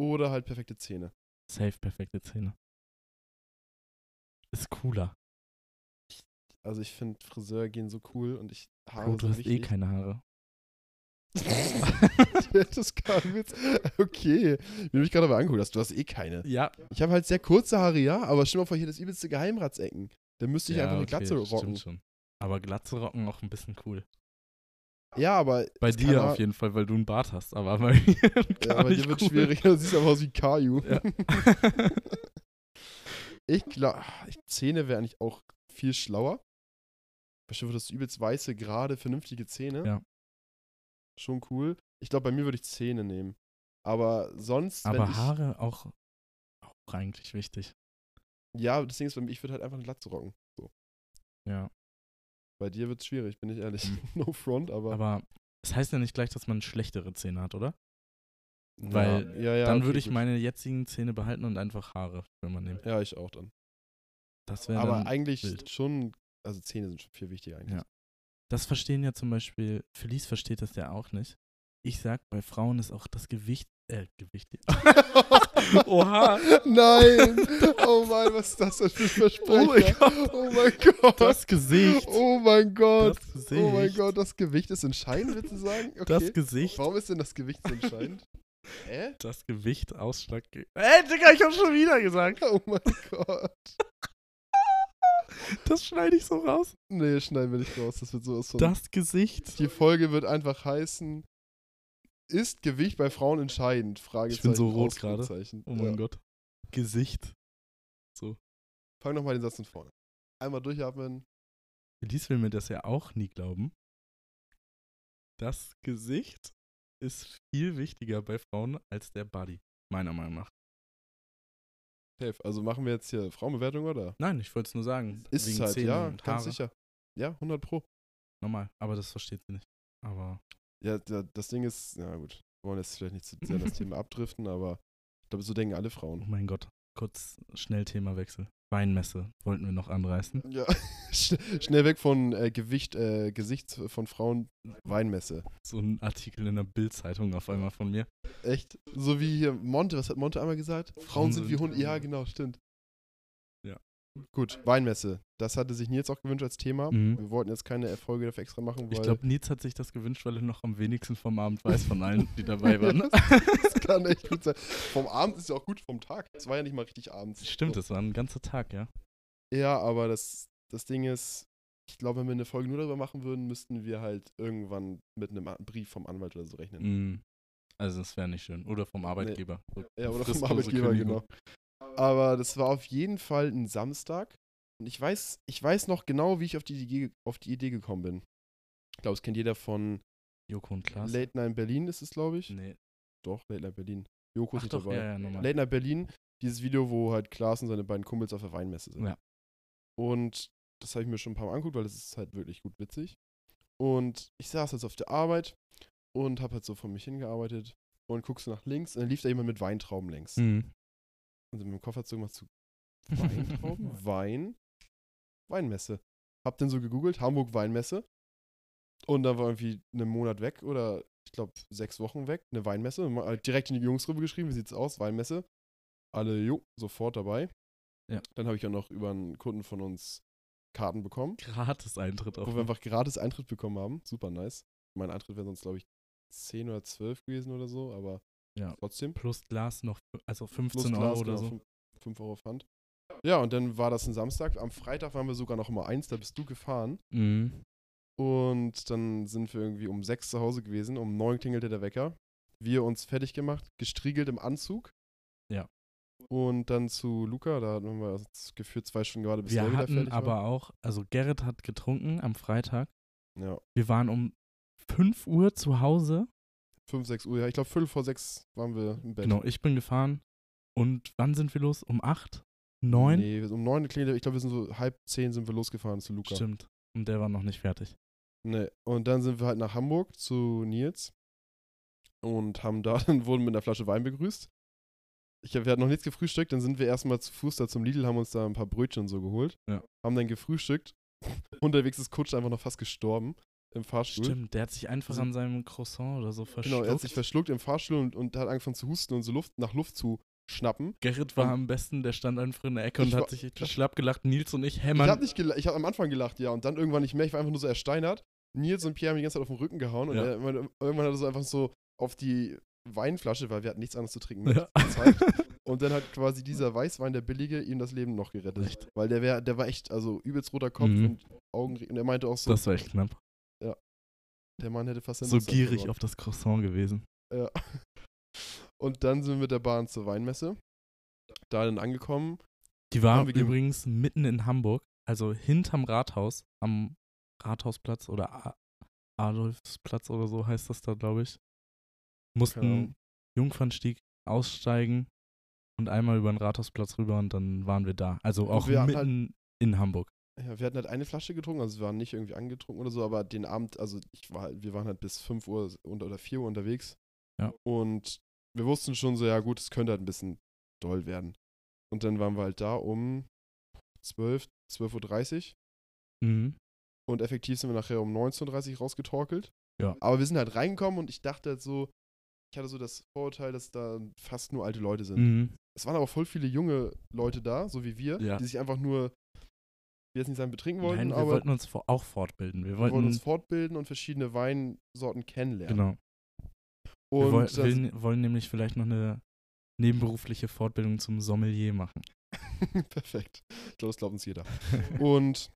Speaker 1: Oder halt perfekte Zähne.
Speaker 2: Safe perfekte Zähne. Ist cooler.
Speaker 1: Also ich finde Friseur gehen so cool und ich Haare
Speaker 2: Gut, du
Speaker 1: sind
Speaker 2: hast eh
Speaker 1: wichtig.
Speaker 2: keine Haare.
Speaker 1: das kam jetzt. Okay. Wie du mich gerade mal angeguckt hast, du hast eh keine.
Speaker 2: Ja.
Speaker 1: Ich habe halt sehr kurze Haare, ja, aber stell mal vor, hier das übelste Geheimratsecken. Dann müsste ich
Speaker 2: ja,
Speaker 1: einfach eine
Speaker 2: okay,
Speaker 1: Glatze
Speaker 2: stimmt
Speaker 1: rocken.
Speaker 2: Schon. Aber Glatze rocken auch ein bisschen cool.
Speaker 1: Ja, aber äh,
Speaker 2: Bei
Speaker 1: kann
Speaker 2: dir
Speaker 1: man-
Speaker 2: auf jeden Fall, weil du einen Bart hast, aber bei mir
Speaker 1: Ja,
Speaker 2: gar
Speaker 1: aber
Speaker 2: nicht
Speaker 1: dir wird
Speaker 2: cool.
Speaker 1: schwierig, du siehst aber aus wie Caillou.
Speaker 2: Ja.
Speaker 1: ich glaube, Zähne wären eigentlich auch viel schlauer. Bestimmt würdest du übelst weiße, gerade, vernünftige Zähne.
Speaker 2: Ja.
Speaker 1: Schon cool. Ich glaube, bei mir würde ich Zähne nehmen. Aber sonst, wenn
Speaker 2: Aber
Speaker 1: ich,
Speaker 2: Haare auch, auch eigentlich wichtig.
Speaker 1: Ja, das Ding ist, bei mir, ich würde halt einfach eine Glatze rocken. So.
Speaker 2: Ja.
Speaker 1: Bei dir wird es schwierig, bin ich ehrlich.
Speaker 2: Mhm.
Speaker 1: no front, aber.
Speaker 2: Aber das heißt ja nicht gleich, dass man schlechtere Zähne hat, oder?
Speaker 1: Ja,
Speaker 2: weil
Speaker 1: ja, ja,
Speaker 2: dann
Speaker 1: okay,
Speaker 2: würde ich
Speaker 1: gut.
Speaker 2: meine jetzigen Zähne behalten und einfach Haare für man nehmen.
Speaker 1: Ja, ich auch dann.
Speaker 2: Das wäre
Speaker 1: aber
Speaker 2: dann,
Speaker 1: eigentlich
Speaker 2: wild.
Speaker 1: schon. Also Zähne sind schon viel wichtiger eigentlich.
Speaker 2: Ja. das verstehen ja zum Beispiel, Felice versteht das ja auch nicht. Ich sag, bei Frauen ist auch das Gewicht, äh, Gewicht. Oha.
Speaker 1: Nein! Oh mein, was ist das denn für ein Versprecher?
Speaker 2: Oh mein Gott.
Speaker 1: Oh mein Gott!
Speaker 2: Das Gesicht.
Speaker 1: oh mein Gott!
Speaker 2: Das Gesicht.
Speaker 1: Oh mein Gott, das Gewicht ist entscheidend, würdest du sagen? Okay.
Speaker 2: Das Gesicht.
Speaker 1: Warum ist denn das Gewicht so entscheidend? Hä?
Speaker 2: Das Gewicht ausschlag. Ey, Digga, ich hab schon wieder gesagt.
Speaker 1: Oh mein Gott.
Speaker 2: Das schneide ich so raus.
Speaker 1: Nee, schneiden wir nicht raus, das wird sowas von.
Speaker 2: Das Gesicht.
Speaker 1: Die Folge wird einfach heißen: Ist Gewicht bei Frauen entscheidend? Fragezeichen.
Speaker 2: Ich bin so rot gerade.
Speaker 1: Ausrufezeichen.
Speaker 2: Oh mein
Speaker 1: ja.
Speaker 2: Gott. Gesicht.
Speaker 1: Fang nochmal den Satz von vorne. Einmal durchatmen.
Speaker 2: Felice will mir das ja auch nie glauben. Das Gesicht ist viel wichtiger bei Frauen als der Body. Meiner Meinung nach.
Speaker 1: Safe. Also machen wir jetzt hier Frauenbewertung oder?
Speaker 2: Nein, ich wollte es nur sagen.
Speaker 1: Ist es
Speaker 2: wegen
Speaker 1: halt,
Speaker 2: Zähne
Speaker 1: ja,
Speaker 2: und
Speaker 1: ganz
Speaker 2: Haare.
Speaker 1: sicher. Ja, 100 Pro.
Speaker 2: Normal, aber das versteht sie nicht. Aber
Speaker 1: Ja, da- das Ding ist, na gut, wir wollen jetzt vielleicht nicht zu sehr in das Thema abdriften, aber ich glaube, so denken alle
Speaker 2: oh
Speaker 1: Frauen.
Speaker 2: mein Gott, kurz schnell Themawechsel. Weinmesse wollten wir noch anreißen.
Speaker 1: Ja, Sch- schnell weg von äh, Gewicht, äh, Gesicht von Frauen, Weinmesse.
Speaker 2: So ein Artikel in der Bild-Zeitung auf einmal von mir.
Speaker 1: Echt? So wie hier Monte, was hat Monte einmal gesagt? Frauen sind wie Hunde. Ja, genau, stimmt.
Speaker 2: Ja.
Speaker 1: Gut, Weinmesse. Das hatte sich Nils auch gewünscht als Thema.
Speaker 2: Mhm.
Speaker 1: Wir wollten jetzt keine Erfolge dafür extra machen, weil
Speaker 2: Ich glaube, Nils hat sich das gewünscht, weil er noch am wenigsten vom Abend weiß von allen, die dabei waren. ne?
Speaker 1: das kann echt gut sein. Vom Abend ist ja auch gut, vom Tag. Es war ja nicht mal richtig abends.
Speaker 2: Stimmt,
Speaker 1: So.
Speaker 2: das war ein ganzer Tag, ja.
Speaker 1: Ja, aber das, das Ding ist, ich glaube, wenn wir eine Folge nur darüber machen würden, müssten wir halt irgendwann mit einem A- Brief vom Anwalt oder so rechnen.
Speaker 2: Mm. Also das wäre nicht schön. Oder vom Arbeitgeber. So
Speaker 1: Ja, oder vom
Speaker 2: fristlose
Speaker 1: Arbeitgeber,
Speaker 2: Kündigung.
Speaker 1: genau. Aber das war auf jeden Fall ein Samstag. Und ich weiß, ich weiß noch genau, wie ich auf die, Idee- auf die Idee gekommen bin. Ich glaube, es kennt jeder von
Speaker 2: Joko und Klaas.
Speaker 1: Late Night Berlin, ist es, glaube ich.
Speaker 2: nee.
Speaker 1: Doch, Late Night Berlin. Joko
Speaker 2: Ach
Speaker 1: ist
Speaker 2: doch,
Speaker 1: dabei.
Speaker 2: ja, ja, nochmal.
Speaker 1: Late Night Berlin, dieses Video, wo halt Klaas und seine beiden Kumpels auf der Weinmesse sind.
Speaker 2: Ja.
Speaker 1: Und das habe ich mir schon ein paar Mal angeguckt, weil das ist halt wirklich gut witzig. Und ich saß jetzt auf der Arbeit und habe halt so vor mich hingearbeitet und guckst du nach links und dann lief da jemand mit Weintrauben längs.
Speaker 2: Mhm.
Speaker 1: Und in meinem Kopf hat so gemacht, so Weintrauben, Wein, Weinmesse. Hab dann so gegoogelt, Hamburg Weinmesse. Und dann war irgendwie einen Monat weg oder ich glaube sechs Wochen weg, eine Weinmesse. Und mal halt Direkt in die Jungsgruppe geschrieben, wie sieht's aus, Weinmesse. Alle, jo, sofort dabei.
Speaker 2: Ja.
Speaker 1: Dann habe ich auch noch über einen Kunden von uns Karten bekommen,
Speaker 2: Gratis Eintritt auf. ne?
Speaker 1: wo wir einfach gratis Eintritt bekommen haben. Super nice. mein Eintritt wäre sonst, glaube ich, 10 oder 12 gewesen oder so, aber
Speaker 2: Ja.
Speaker 1: trotzdem.
Speaker 2: Plus Glas noch, f- also
Speaker 1: Plus
Speaker 2: 15 Euro
Speaker 1: Glas,
Speaker 2: oder
Speaker 1: genau,
Speaker 2: so.
Speaker 1: fünf- fünf Euro Pfand. Ja, und dann war das ein Samstag. Am Freitag waren wir sogar noch immer eins, da bist du gefahren.
Speaker 2: Mhm.
Speaker 1: Und dann sind wir irgendwie um sechs zu Hause gewesen, um neun klingelte der Wecker. Wir uns fertig gemacht, gestriegelt im Anzug.
Speaker 2: Ja.
Speaker 1: Und dann zu Luca, da hatten wir uns geführt zwei Stunden gerade, bis der
Speaker 2: Wir
Speaker 1: wieder
Speaker 2: hatten
Speaker 1: fertig
Speaker 2: aber
Speaker 1: war.
Speaker 2: auch, also Gerrit hat getrunken am Freitag.
Speaker 1: Ja,
Speaker 2: Wir waren um 5 Uhr zu Hause.
Speaker 1: fünf, sechs Uhr. Ja, ich glaube, viertel vor sechs waren wir im Bett.
Speaker 2: Genau, ich bin gefahren. Und wann sind wir los? Um 8? 9?
Speaker 1: Nee, um neun klingelte, ich glaube, wir sind so halb zehn sind wir losgefahren zu Luca.
Speaker 2: Stimmt. Und der war noch nicht fertig.
Speaker 1: Nee. Und dann sind wir halt nach Hamburg zu Nils und haben da, dann wurden mit einer Flasche Wein begrüßt. Ich hab, wir hatten noch nichts gefrühstückt, dann sind wir erstmal zu Fuß da zum Lidl, haben uns da ein paar Brötchen und so geholt.
Speaker 2: Ja.
Speaker 1: Haben dann gefrühstückt. Unterwegs ist Kutsch einfach noch fast gestorben im Fahrstuhl.
Speaker 2: Stimmt, der hat sich einfach
Speaker 1: Also-
Speaker 2: an seinem Croissant oder so verschluckt.
Speaker 1: Genau, er hat sich verschluckt im Fahrstuhl und, und hat angefangen zu husten und so Luft, nach Luft zu schnappen.
Speaker 2: Gerrit war am besten, der stand einfach in der Ecke und
Speaker 1: Hm. Ich
Speaker 2: hat
Speaker 1: war-
Speaker 2: sich schlapp gelacht. Nils und ich
Speaker 1: ich habe
Speaker 2: hämmern.
Speaker 1: nicht gela- ich habe am Anfang gelacht, ja, und dann irgendwann nicht mehr. Ich war einfach nur so ersteinert. Nils und Pierre haben die ganze Zeit auf den Rücken gehauen und
Speaker 2: Ja.
Speaker 1: er, irgendwann irgendwann hat er so einfach so auf die Weinflasche, weil wir hatten nichts anderes zu trinken.
Speaker 2: Ja.
Speaker 1: gezeigt. Und dann hat quasi dieser Weißwein, der billige, ihm das Leben noch gerettet.
Speaker 2: Echt?
Speaker 1: Weil der, wär, der war echt, also übelst roter Kopf
Speaker 2: Mhm.
Speaker 1: und Augen. Und er meinte auch so,
Speaker 2: Das war echt knapp.
Speaker 1: der Mann hätte fast den
Speaker 2: So
Speaker 1: Nutzer
Speaker 2: gierig
Speaker 1: verloren.
Speaker 2: auf das Croissant gewesen.
Speaker 1: Ja. Und dann sind wir mit der Bahn zur Weinmesse. Da dann angekommen.
Speaker 2: Die waren
Speaker 1: Haben wir ge-
Speaker 2: übrigens mitten in Hamburg, also hinterm Rathaus, am Rathausplatz oder A Adolfsplatz oder so heißt das da, glaube ich.
Speaker 1: Keine
Speaker 2: Mussten
Speaker 1: Ahnung.
Speaker 2: Jungfernstieg aussteigen und einmal über den Rathausplatz rüber und dann waren wir da. Also
Speaker 1: Und
Speaker 2: auch
Speaker 1: wir hatten halt-
Speaker 2: mitten in Hamburg.
Speaker 1: Ja, wir hatten halt eine Flasche getrunken, also wir waren nicht irgendwie angetrunken oder so, aber den Abend, also ich war halt, wir waren halt bis 5 Uhr und, oder 4 Uhr unterwegs.
Speaker 2: Ja.
Speaker 1: Und wir wussten schon so, ja gut, es könnte halt ein bisschen doll werden. Und dann waren wir halt da um 12, 12.30 Uhr
Speaker 2: Mhm.
Speaker 1: und effektiv sind wir nachher um 19.30 Uhr rausgetorkelt.
Speaker 2: Ja.
Speaker 1: Aber wir sind halt reingekommen und ich dachte halt so, ich hatte so das Vorurteil, dass da fast nur alte Leute sind.
Speaker 2: Mhm.
Speaker 1: Es waren aber voll viele junge Leute da, so wie wir,
Speaker 2: Ja.
Speaker 1: die sich einfach nur, wir jetzt nicht sagen, betrinken wollten,
Speaker 2: Nein, wir
Speaker 1: aber
Speaker 2: wollten uns vor- auch fortbilden. Wir
Speaker 1: wir
Speaker 2: wollten,
Speaker 1: wollen uns fortbilden und verschiedene Weinsorten kennenlernen.
Speaker 2: genau. wir
Speaker 1: Und
Speaker 2: woll
Speaker 1: das-
Speaker 2: wollen, wollen nämlich vielleicht noch eine nebenberufliche Fortbildung zum Sommelier machen.
Speaker 1: perfekt. Ich glaube, das glaubt uns jeder. Und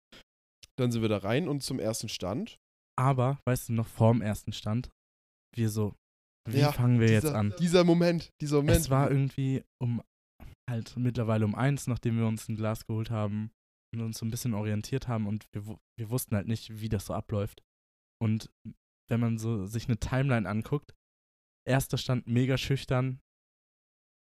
Speaker 1: dann sind wir da rein und zum ersten Stand.
Speaker 2: Aber, weißt du, noch vorm ersten Stand, wir so, wie
Speaker 1: Ja,
Speaker 2: fangen wir jetzt
Speaker 1: dieser,
Speaker 2: an?
Speaker 1: Dieser Moment, dieser Moment.
Speaker 2: Es war irgendwie um, halt mittlerweile um eins, nachdem wir uns ein Glas geholt haben und uns so ein bisschen orientiert haben und wir, wu- wir wussten halt nicht, wie das so abläuft. Und wenn man so sich eine Timeline anguckt, erster Stand mega schüchtern,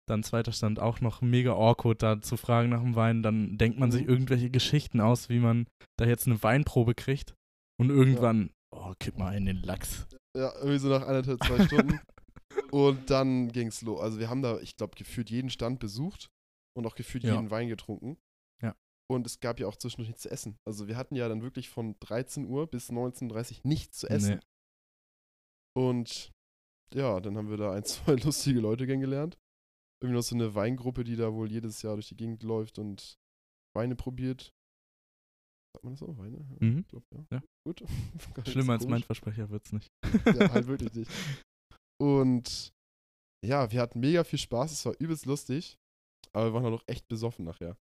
Speaker 2: dann zweiter Stand auch noch mega awkward, da zu fragen nach dem Wein, dann denkt man sich
Speaker 1: Mhm.
Speaker 2: irgendwelche Geschichten aus, wie man da jetzt eine Weinprobe kriegt und irgendwann, oh, kipp mal in den Lachs.
Speaker 1: ja, irgendwie so nach anderthalb, zwei Stunden. und dann ging es los. Also wir haben da, ich glaube, gefühlt jeden Stand besucht und auch gefühlt
Speaker 2: Ja.
Speaker 1: jeden Wein getrunken.
Speaker 2: Ja.
Speaker 1: Und es gab ja auch zwischendurch nichts zu essen. Also wir hatten ja dann wirklich von 13 Uhr bis 19.30 Uhr nichts zu essen.
Speaker 2: Nee.
Speaker 1: Und ja, dann haben wir da ein, zwei lustige Leute kennengelernt. Irgendwie noch so eine Weingruppe, die da wohl jedes Jahr durch die Gegend läuft und Weine probiert. Sagt man das auch? Weine? Ja,
Speaker 2: Mhm.
Speaker 1: Ich glaube, ja.
Speaker 2: Ja.
Speaker 1: Gut. Gar nicht so
Speaker 2: Schlimmer als mein
Speaker 1: komisch.
Speaker 2: Versprecher wird's nicht.
Speaker 1: Ja, halt wirklich nicht. Und ja, wir hatten mega viel Spaß. Es war übelst lustig. Aber wir waren dann auch echt besoffen nachher.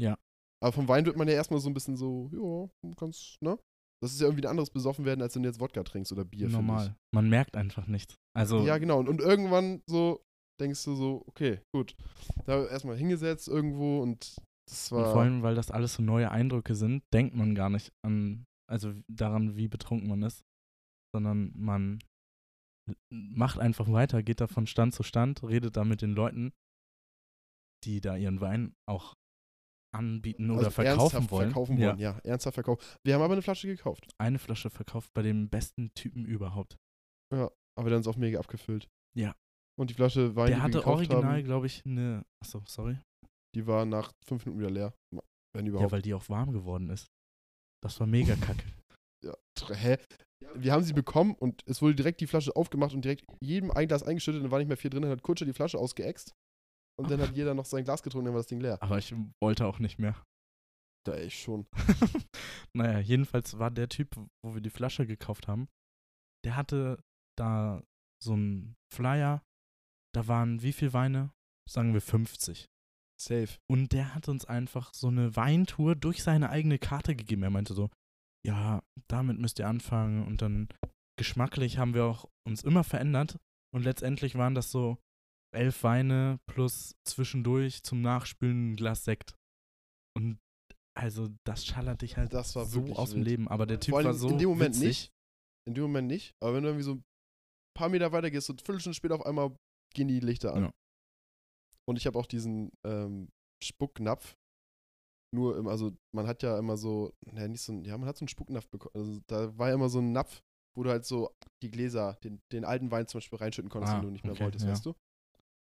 Speaker 2: Ja.
Speaker 1: Aber vom Wein wird man ja erstmal so ein bisschen so, ja, ganz, ne? Das ist ja irgendwie ein anderes Besoffen werden, als wenn du jetzt Wodka trinkst oder Bier. finde ich.
Speaker 2: Normal. Man merkt einfach nichts. Also,
Speaker 1: Ja, genau. Und, und irgendwann so denkst du so, okay, gut. Da erstmal hingesetzt irgendwo und das
Speaker 2: und
Speaker 1: war.
Speaker 2: vor allem, weil das alles so neue Eindrücke sind, denkt man gar nicht an, also daran, wie betrunken man ist, sondern man macht einfach weiter, geht da von Stand zu Stand, redet da mit den Leuten, die da ihren Wein auch anbieten oder
Speaker 1: also
Speaker 2: verkaufen
Speaker 1: ernsthaft
Speaker 2: wollen.
Speaker 1: Verkaufen wollen, ja. ernsthaft verkaufen. Wir haben aber eine Flasche gekauft,
Speaker 2: Eine Flasche verkauft bei dem besten Typen überhaupt.
Speaker 1: aber dann ist auch mega abgefüllt.
Speaker 2: Ja.
Speaker 1: Und die Flasche Wein,
Speaker 2: Der
Speaker 1: die wir
Speaker 2: hatte
Speaker 1: gekauft
Speaker 2: original,
Speaker 1: haben,
Speaker 2: glaube ich, eine. Achso, sorry.
Speaker 1: die war nach fünf Minuten wieder leer. Wenn
Speaker 2: Ja,
Speaker 1: überhaupt.
Speaker 2: weil die auch warm geworden ist. Das war mega kacke.
Speaker 1: Ja, tr- Hä? Wir haben sie bekommen und es wurde direkt die Flasche aufgemacht und direkt jedem ein Glas eingeschüttet, dann war nicht mehr viel drin, dann hat Kutsche die Flasche ausgeäxt und dann hat jeder noch sein Glas getrunken, dann war das Ding leer.
Speaker 2: Aber ich wollte auch nicht mehr.
Speaker 1: Da echt schon.
Speaker 2: naja, jedenfalls war der Typ, wo wir die Flasche gekauft haben, der hatte da so einen Flyer, da waren wie viel Weine? Sagen wir 50.
Speaker 1: Safe.
Speaker 2: Und der hat uns einfach so eine Weintour durch seine eigene Karte gegeben. Er meinte so, ja, damit müsst ihr anfangen. Und dann geschmacklich haben wir auch uns immer verändert. Und letztendlich waren das so elf Weine plus zwischendurch zum Nachspülen ein Glas Sekt. Und also das schallert dich halt
Speaker 1: Das war
Speaker 2: so
Speaker 1: wirklich
Speaker 2: aus dem
Speaker 1: wild.
Speaker 2: Leben. Aber der Typ
Speaker 1: Vor allem
Speaker 2: war so
Speaker 1: in dem Moment
Speaker 2: witzig.
Speaker 1: nicht. In dem Moment nicht. Aber wenn du irgendwie so ein paar Meter weiter gehst und eine Viertelstunde später auf einmal gehen die Lichter an.
Speaker 2: Ja.
Speaker 1: Und ich habe auch diesen ähm, Spucknapf. Nur im, also man hat ja immer so, naja, nicht so ein, ja, man hat so einen Spucknapf bekommen. Also da war ja immer so ein Napf, wo du halt so die Gläser, den, den alten Wein zum Beispiel reinschütten konntest,
Speaker 2: Ah,
Speaker 1: wenn du nicht mehr
Speaker 2: okay,
Speaker 1: wolltest,
Speaker 2: ja.
Speaker 1: weißt du?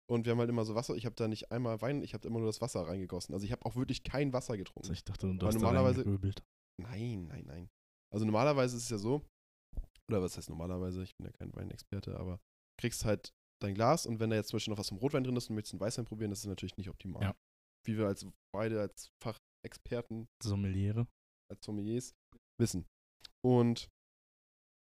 Speaker 1: Und wir haben halt immer so Wasser, ich habe da nicht einmal Wein, ich habe immer nur das Wasser reingegossen. Also ich habe auch wirklich kein Wasser getrunken.
Speaker 2: Also Ich dachte, du
Speaker 1: Aber
Speaker 2: hast
Speaker 1: normalerweise-
Speaker 2: normalerweise gepöbelt.
Speaker 1: Nein, nein, nein. Also normalerweise ist es ja so, oder was heißt normalerweise, ich bin ja kein Weinexperte, aber kriegst halt dein Glas und wenn da jetzt zum Beispiel noch was vom Rotwein drin ist und möchtest einen Weißwein probieren, das ist natürlich nicht optimal.
Speaker 2: Ja.
Speaker 1: Wie wir als beide, als Fachexperten,
Speaker 2: Sommeliere.
Speaker 1: als Sommeliers wissen. Und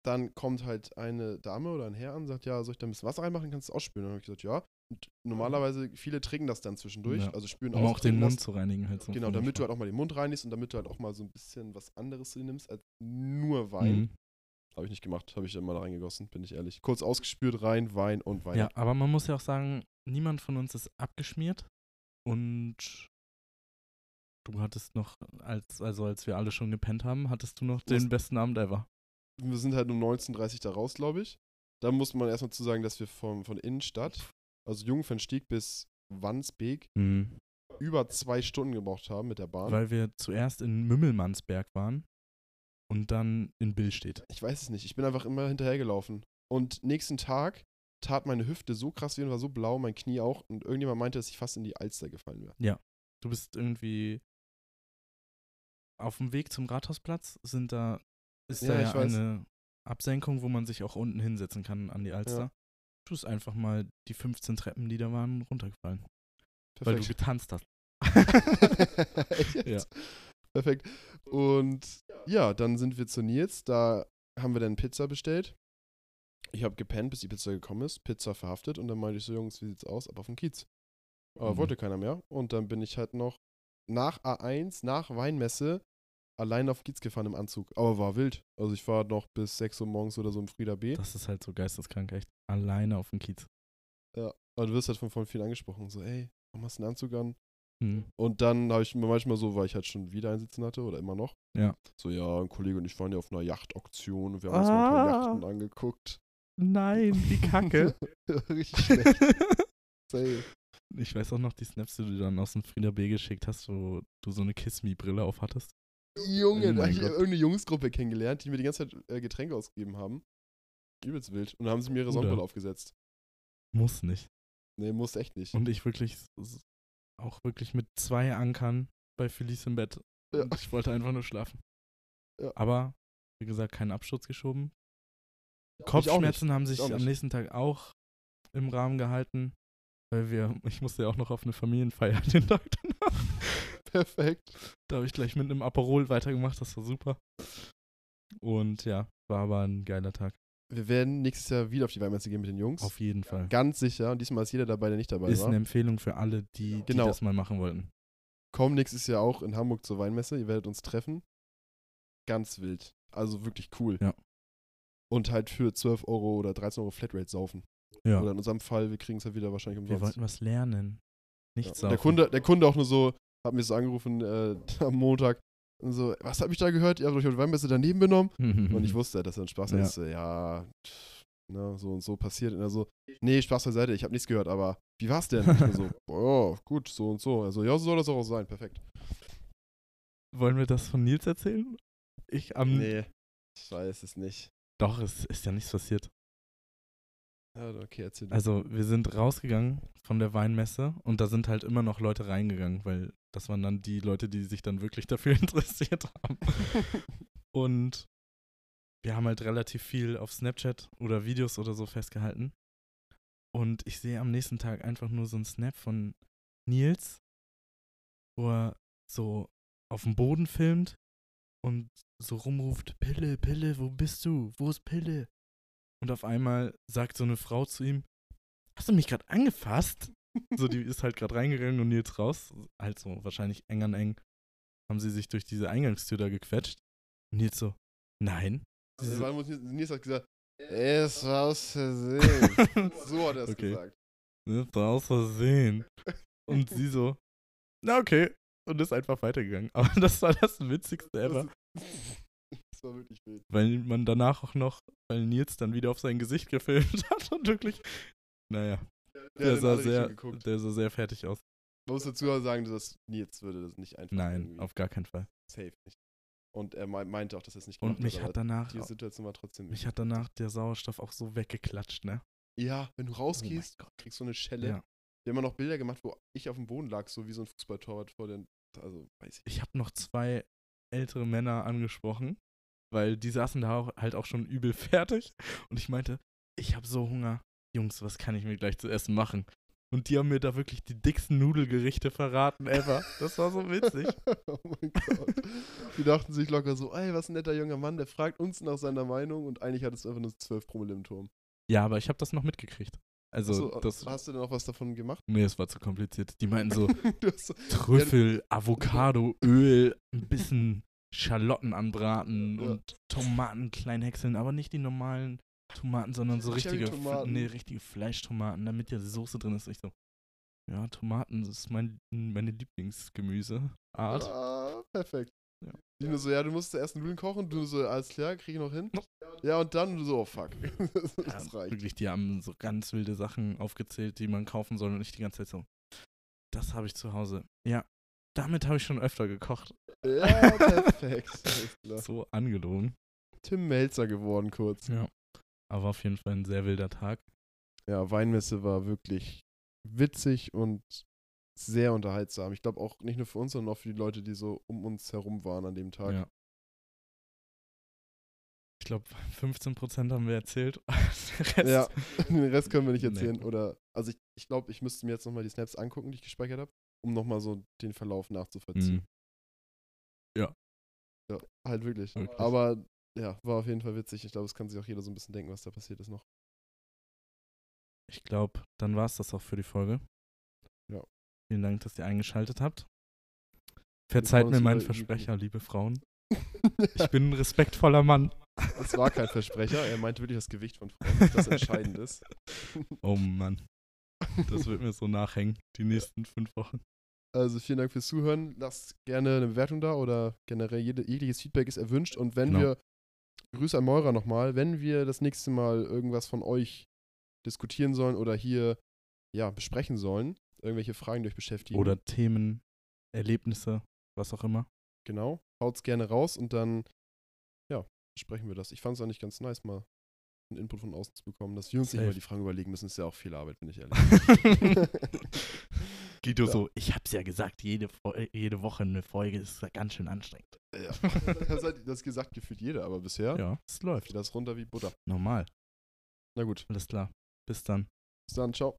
Speaker 1: dann kommt halt eine Dame oder ein Herr an und sagt, ja, soll ich da ein bisschen Wasser reinmachen, kannst du es ausspülen? Und dann habe ich gesagt, ja. Und normalerweise, viele trinken das dann zwischendurch,
Speaker 2: Mhm. Ja.
Speaker 1: also spülen
Speaker 2: Um
Speaker 1: aus,
Speaker 2: auch den
Speaker 1: trinken das.
Speaker 2: Mund zu reinigen. Halt so
Speaker 1: Genau,
Speaker 2: vom
Speaker 1: damit du halt
Speaker 2: Geschmack.
Speaker 1: auch mal den Mund reinigst und damit du halt auch mal so ein bisschen was anderes nimmst als nur Wein.
Speaker 2: Mhm.
Speaker 1: Habe ich nicht gemacht, habe ich immer da reingegossen, bin ich ehrlich. Kurz ausgespült, rein, Wein und Wein.
Speaker 2: Ja, aber man muss ja auch sagen, niemand von uns ist abgeschmiert. Und du hattest noch, als, also als wir alle schon gepennt haben, hattest du noch den
Speaker 1: Muss-
Speaker 2: besten Abend ever.
Speaker 1: Wir sind halt um 19.30 Uhr da raus, glaube ich. Da muss man erstmal zu sagen, dass wir vom, von Innenstadt, also Jungfernstieg bis Wandsbek, über zwei Stunden gebraucht haben mit der Bahn.
Speaker 2: Weil wir zuerst in Mümmelmannsberg waren und dann in Billstedt.
Speaker 1: ich weiß es nicht, ich bin einfach immer hinterhergelaufen. Und nächsten Tag tat meine Hüfte so krass weh und war so blau, mein Knie auch. Und irgendjemand meinte, dass ich fast in die Alster gefallen wäre.
Speaker 2: Du bist irgendwie auf dem Weg zum Rathausplatz, sind da, ist
Speaker 1: Ja,
Speaker 2: da
Speaker 1: ich
Speaker 2: ja
Speaker 1: weiß.
Speaker 2: eine Absenkung, wo man sich auch unten hinsetzen kann an die Alster.
Speaker 1: Ja.
Speaker 2: Du bist einfach mal die 15 Treppen, die da waren, runtergefallen. Weil du
Speaker 1: Perfekt.
Speaker 2: getanzt hast.
Speaker 1: Echt jetzt? Perfekt. Und ja, dann sind wir zu Nils. Da haben wir dann Pizza bestellt. Ich habe gepennt, bis die Pizza gekommen ist. Pizza verhaftet. Und dann meinte ich so, Jungs, wie sieht's aus? Ab auf den Kiez. Aber
Speaker 2: Mhm.
Speaker 1: wollte keiner mehr. Und dann bin ich halt noch nach A1, nach Weinmesse, allein auf Kiez gefahren im Anzug. Aber war wild. Also ich war noch bis 6 Uhr morgens oder so im Frieda B.
Speaker 2: Das ist halt so geisteskrank, echt. Alleine auf dem Kiez.
Speaker 1: Aber du wirst halt von voll vielen angesprochen. So, ey, warum hast du einen Anzug an?
Speaker 2: Hm.
Speaker 1: Und dann habe ich mir manchmal so, weil ich halt schon wieder einsitzen hatte oder immer noch.
Speaker 2: Ja.
Speaker 1: So, ja, ein Kollege und ich waren ja auf einer Yachtauktion und wir haben uns mal ein paar
Speaker 2: Ah.
Speaker 1: Yachten angeguckt.
Speaker 2: Nein, die Kacke.
Speaker 1: Richtig schlecht. Safe.
Speaker 2: ich weiß auch noch die Snaps, die du dann aus dem Frieda B geschickt hast, wo du so eine Kiss-Me-Brille aufhattest.
Speaker 1: Junge,
Speaker 2: Oh
Speaker 1: da
Speaker 2: mein
Speaker 1: habe ich
Speaker 2: Gott.
Speaker 1: irgendeine Jungsgruppe kennengelernt, die mir die ganze Zeit äh, Getränke ausgegeben haben. Übelst wild. Und dann haben sie mir ihre
Speaker 2: Oder?
Speaker 1: Sonnenbrille aufgesetzt.
Speaker 2: Muss nicht.
Speaker 1: Nee, muss echt nicht.
Speaker 2: Und ich wirklich, s- s- auch wirklich mit zwei Ankern bei Felice im Bett.
Speaker 1: Ja.
Speaker 2: Und ich wollte einfach nur schlafen.
Speaker 1: Ja.
Speaker 2: Aber, wie gesagt, keinen Absturz geschoben.
Speaker 1: auch nicht.
Speaker 2: Kopfschmerzen haben sich
Speaker 1: auch
Speaker 2: am
Speaker 1: nicht.
Speaker 2: nächsten Tag auch im Rahmen gehalten. Weil wir, ich musste ja auch noch auf eine Familienfeier den Tag danach.
Speaker 1: Perfekt.
Speaker 2: Da habe ich gleich mit einem Aperol weitergemacht, das war super. Und ja, war aber ein geiler Tag.
Speaker 1: Wir werden nächstes Jahr wieder auf die Weinmesse gehen mit den Jungs.
Speaker 2: Auf jeden Fall.
Speaker 1: Ganz sicher. Und diesmal ist jeder dabei, der nicht dabei
Speaker 2: Ist
Speaker 1: war.
Speaker 2: eine Empfehlung für alle, die,
Speaker 1: Genau.
Speaker 2: die das mal machen wollten.
Speaker 1: Komm nächstes Jahr auch in Hamburg zur Weinmesse. Ihr werdet uns treffen. Ganz wild. Also wirklich cool.
Speaker 2: Ja.
Speaker 1: Und halt für 12 Euro oder 13 Euro Flatrate saufen.
Speaker 2: Ja.
Speaker 1: Oder in unserem Fall, wir kriegen es ja wieder wahrscheinlich
Speaker 2: Wir
Speaker 1: umsonst.
Speaker 2: wollten was lernen.
Speaker 1: Ja.
Speaker 2: Nichts
Speaker 1: Und Der Kunde, der Kunde auch nur so, hat mir so angerufen äh, am Montag. Und so, was hab ich da gehört? Ihr habt euch auf der Weinmesse daneben benommen. Und ich wusste, dass er ein Spaß
Speaker 2: Mhm. Ja.
Speaker 1: ist. So, Ja, pff, ne, so und so passiert. Und er so, nee, Spaß beiseite, ich habe nichts gehört, aber wie war's denn? ich bin so, boah, gut, so und so. Also, ja, so soll das auch sein, perfekt.
Speaker 2: Wollen wir das von Nils erzählen? Ich am.
Speaker 1: Nee, ich weiß es nicht.
Speaker 2: Doch, es ist ja nichts passiert.
Speaker 1: Ja, okay, erzähl du.
Speaker 2: Also, wir sind rausgegangen von der Weinmesse und da sind halt immer noch Leute reingegangen, weil das waren dann die Leute, die sich dann wirklich dafür interessiert haben. und wir haben halt relativ viel auf Snapchat oder Videos oder so festgehalten. Und ich sehe am nächsten Tag einfach nur so einen Snap von Nils, wo er so auf dem Boden filmt und so rumruft: Pille, Pille, wo bist du? Wo ist Pille? Und auf einmal sagt so eine Frau zu ihm, hast du mich gerade angefasst? So, die
Speaker 1: Also,
Speaker 2: ist halt gerade reingegangen und Nils raus. Halt so, wahrscheinlich eng an eng. Haben sie sich durch diese Eingangstür da gequetscht. Und Nils so, nein.
Speaker 1: Also,
Speaker 2: so-
Speaker 1: wann muss Nils- Nils hat gesagt, es war aus Versehen. so hat er es
Speaker 2: Okay.
Speaker 1: gesagt.
Speaker 2: ne, war aus Versehen. Und sie so, na okay. Und ist einfach weitergegangen. Aber das war das Witzigste ever.
Speaker 1: Das war wirklich wild.
Speaker 2: weil man danach auch noch, weil Nils dann wieder auf sein Gesicht gefilmt hat und wirklich, naja,
Speaker 1: Der hat
Speaker 2: der,
Speaker 1: in
Speaker 2: sah
Speaker 1: alle Richtungen
Speaker 2: sehr,
Speaker 1: geguckt.
Speaker 2: der sah sehr fertig aus.
Speaker 1: Man muss dazu auch sagen, dass Nils würde das nicht einfach
Speaker 2: Nein,
Speaker 1: irgendwie.
Speaker 2: auf gar keinen Fall.
Speaker 1: safe nicht. Und er mei- meinte auch, dass er es nicht
Speaker 2: Und
Speaker 1: gemacht
Speaker 2: mich
Speaker 1: hat,
Speaker 2: hat danach,
Speaker 1: die Situation war trotzdem
Speaker 2: mich hat danach der Sauerstoff auch so weggeklatscht, ne?
Speaker 1: Ja, wenn du
Speaker 2: Oh mein
Speaker 1: rausgehst,
Speaker 2: Gott.
Speaker 1: kriegst du eine Schelle.
Speaker 2: Ja.
Speaker 1: Wir haben auch noch Bilder gemacht, wo ich auf dem Boden lag, so wie so ein Fußballtorwart vor den. Also, weiß ich.
Speaker 2: Ich habe noch zwei ältere Männer angesprochen, weil die saßen da auch, halt auch schon übel fertig und ich meinte, ich habe so Hunger. Jungs, was kann ich mir gleich zu essen machen? Und die haben mir da wirklich die dicksten Nudelgerichte verraten ever. Das war so witzig.
Speaker 1: oh mein Gott. Die dachten sich locker so, ey, was ein netter junger Mann, der fragt uns nach seiner Meinung und eigentlich hat es einfach nur 12 Promille im Turm.
Speaker 2: Ja, aber ich habe das noch mitgekriegt. Also,
Speaker 1: Achso,
Speaker 2: das,
Speaker 1: hast du denn auch was davon gemacht?
Speaker 2: nee, es war zu kompliziert. Die meinten so
Speaker 1: du hast so,
Speaker 2: Trüffel, Avocado, Öl, ein bisschen Schalotten anbraten
Speaker 1: Ja.
Speaker 2: und Tomaten klein häckseln, aber nicht die normalen Tomaten, sondern so richtige, F-
Speaker 1: Cherry-Tomaten.
Speaker 2: nee, richtige Fleischtomaten, damit ja Soße drin ist. Ich so, ja, Tomaten, das ist mein, meine Lieblingsgemüseart.
Speaker 1: ah, perfekt.
Speaker 2: Ja.
Speaker 1: Die nur so, ja, du musst erst Nudeln kochen, du so, alles klar, krieg ich noch hin. Ja, und dann du so, oh fuck. das
Speaker 2: Ja,
Speaker 1: reicht.
Speaker 2: Wirklich, die haben so ganz wilde Sachen aufgezählt, die man kaufen soll und ich die ganze Zeit so, das habe ich zu Hause. Ja, damit habe ich schon öfter gekocht.
Speaker 1: Ja, perfekt. Alles klar.
Speaker 2: So angelogen.
Speaker 1: Tim Melzer geworden kurz.
Speaker 2: Ja. Aber auf jeden Fall ein sehr wilder Tag.
Speaker 1: Ja, Weinmesse war wirklich witzig und sehr unterhaltsam. Ich glaube auch nicht nur für uns, sondern auch für die Leute, die so um uns herum waren an dem Tag.
Speaker 2: Ja. Ich glaube, 15% haben wir erzählt. Der Rest,
Speaker 1: Ja. Den Rest können wir nicht erzählen.
Speaker 2: Nee.
Speaker 1: Oder, also ich, ich glaube, ich müsste mir jetzt nochmal die Snaps angucken, die ich gespeichert habe, um nochmal so den Verlauf nachzuvollziehen.
Speaker 2: Mhm.
Speaker 1: Ja, halt wirklich.
Speaker 2: Wirklich.
Speaker 1: Aber ja, war auf jeden Fall witzig. Ich glaube, es kann sich auch jeder so ein bisschen denken, was da passiert ist noch.
Speaker 2: Ich glaube, dann war es das auch für die Folge.
Speaker 1: Ja.
Speaker 2: Vielen Dank, dass ihr eingeschaltet habt. Verzeiht
Speaker 1: freuen
Speaker 2: mir
Speaker 1: uns
Speaker 2: meinen
Speaker 1: über jeden-
Speaker 2: Versprecher, liebe Frauen. Ich bin ein respektvoller Mann.
Speaker 1: Es war kein Versprecher. Er meinte wirklich das Gewicht von Frauen, dass das entscheidend ist.
Speaker 2: Oh Mann, das wird mir so nachhängen, die nächsten fünf Wochen.
Speaker 1: Also vielen Dank fürs Zuhören. Lasst gerne eine Bewertung da oder generell jede, jegliches Feedback ist erwünscht. Und wenn
Speaker 2: Genau.
Speaker 1: wir, Grüße an Moira nochmal, wenn wir das nächste Mal irgendwas von euch diskutieren sollen oder hier ja, besprechen sollen, irgendwelche Fragen, die euch beschäftigen,
Speaker 2: Oder Themen, Erlebnisse, was auch immer.
Speaker 1: genau, haut's gerne raus und dann, ja, besprechen wir das. Ich fand es eigentlich ganz nice, mal einen Input von außen zu bekommen, dass wir uns nicht
Speaker 2: Safe.
Speaker 1: immer die Fragen überlegen müssen, ist ja auch viel Arbeit, bin ich ehrlich.
Speaker 2: Guido
Speaker 1: Ja.
Speaker 2: so, ich hab's ja gesagt, jede, Fol- jede Woche eine Folge ist ja ganz schön anstrengend.
Speaker 1: ja. das, hat, das gesagt gefühlt jeder, aber bisher
Speaker 2: Ja, es
Speaker 1: geht
Speaker 2: läuft.
Speaker 1: das runter wie Butter.
Speaker 2: Normal.
Speaker 1: Na gut,
Speaker 2: Alles klar. Bis dann.
Speaker 1: bis dann, ciao.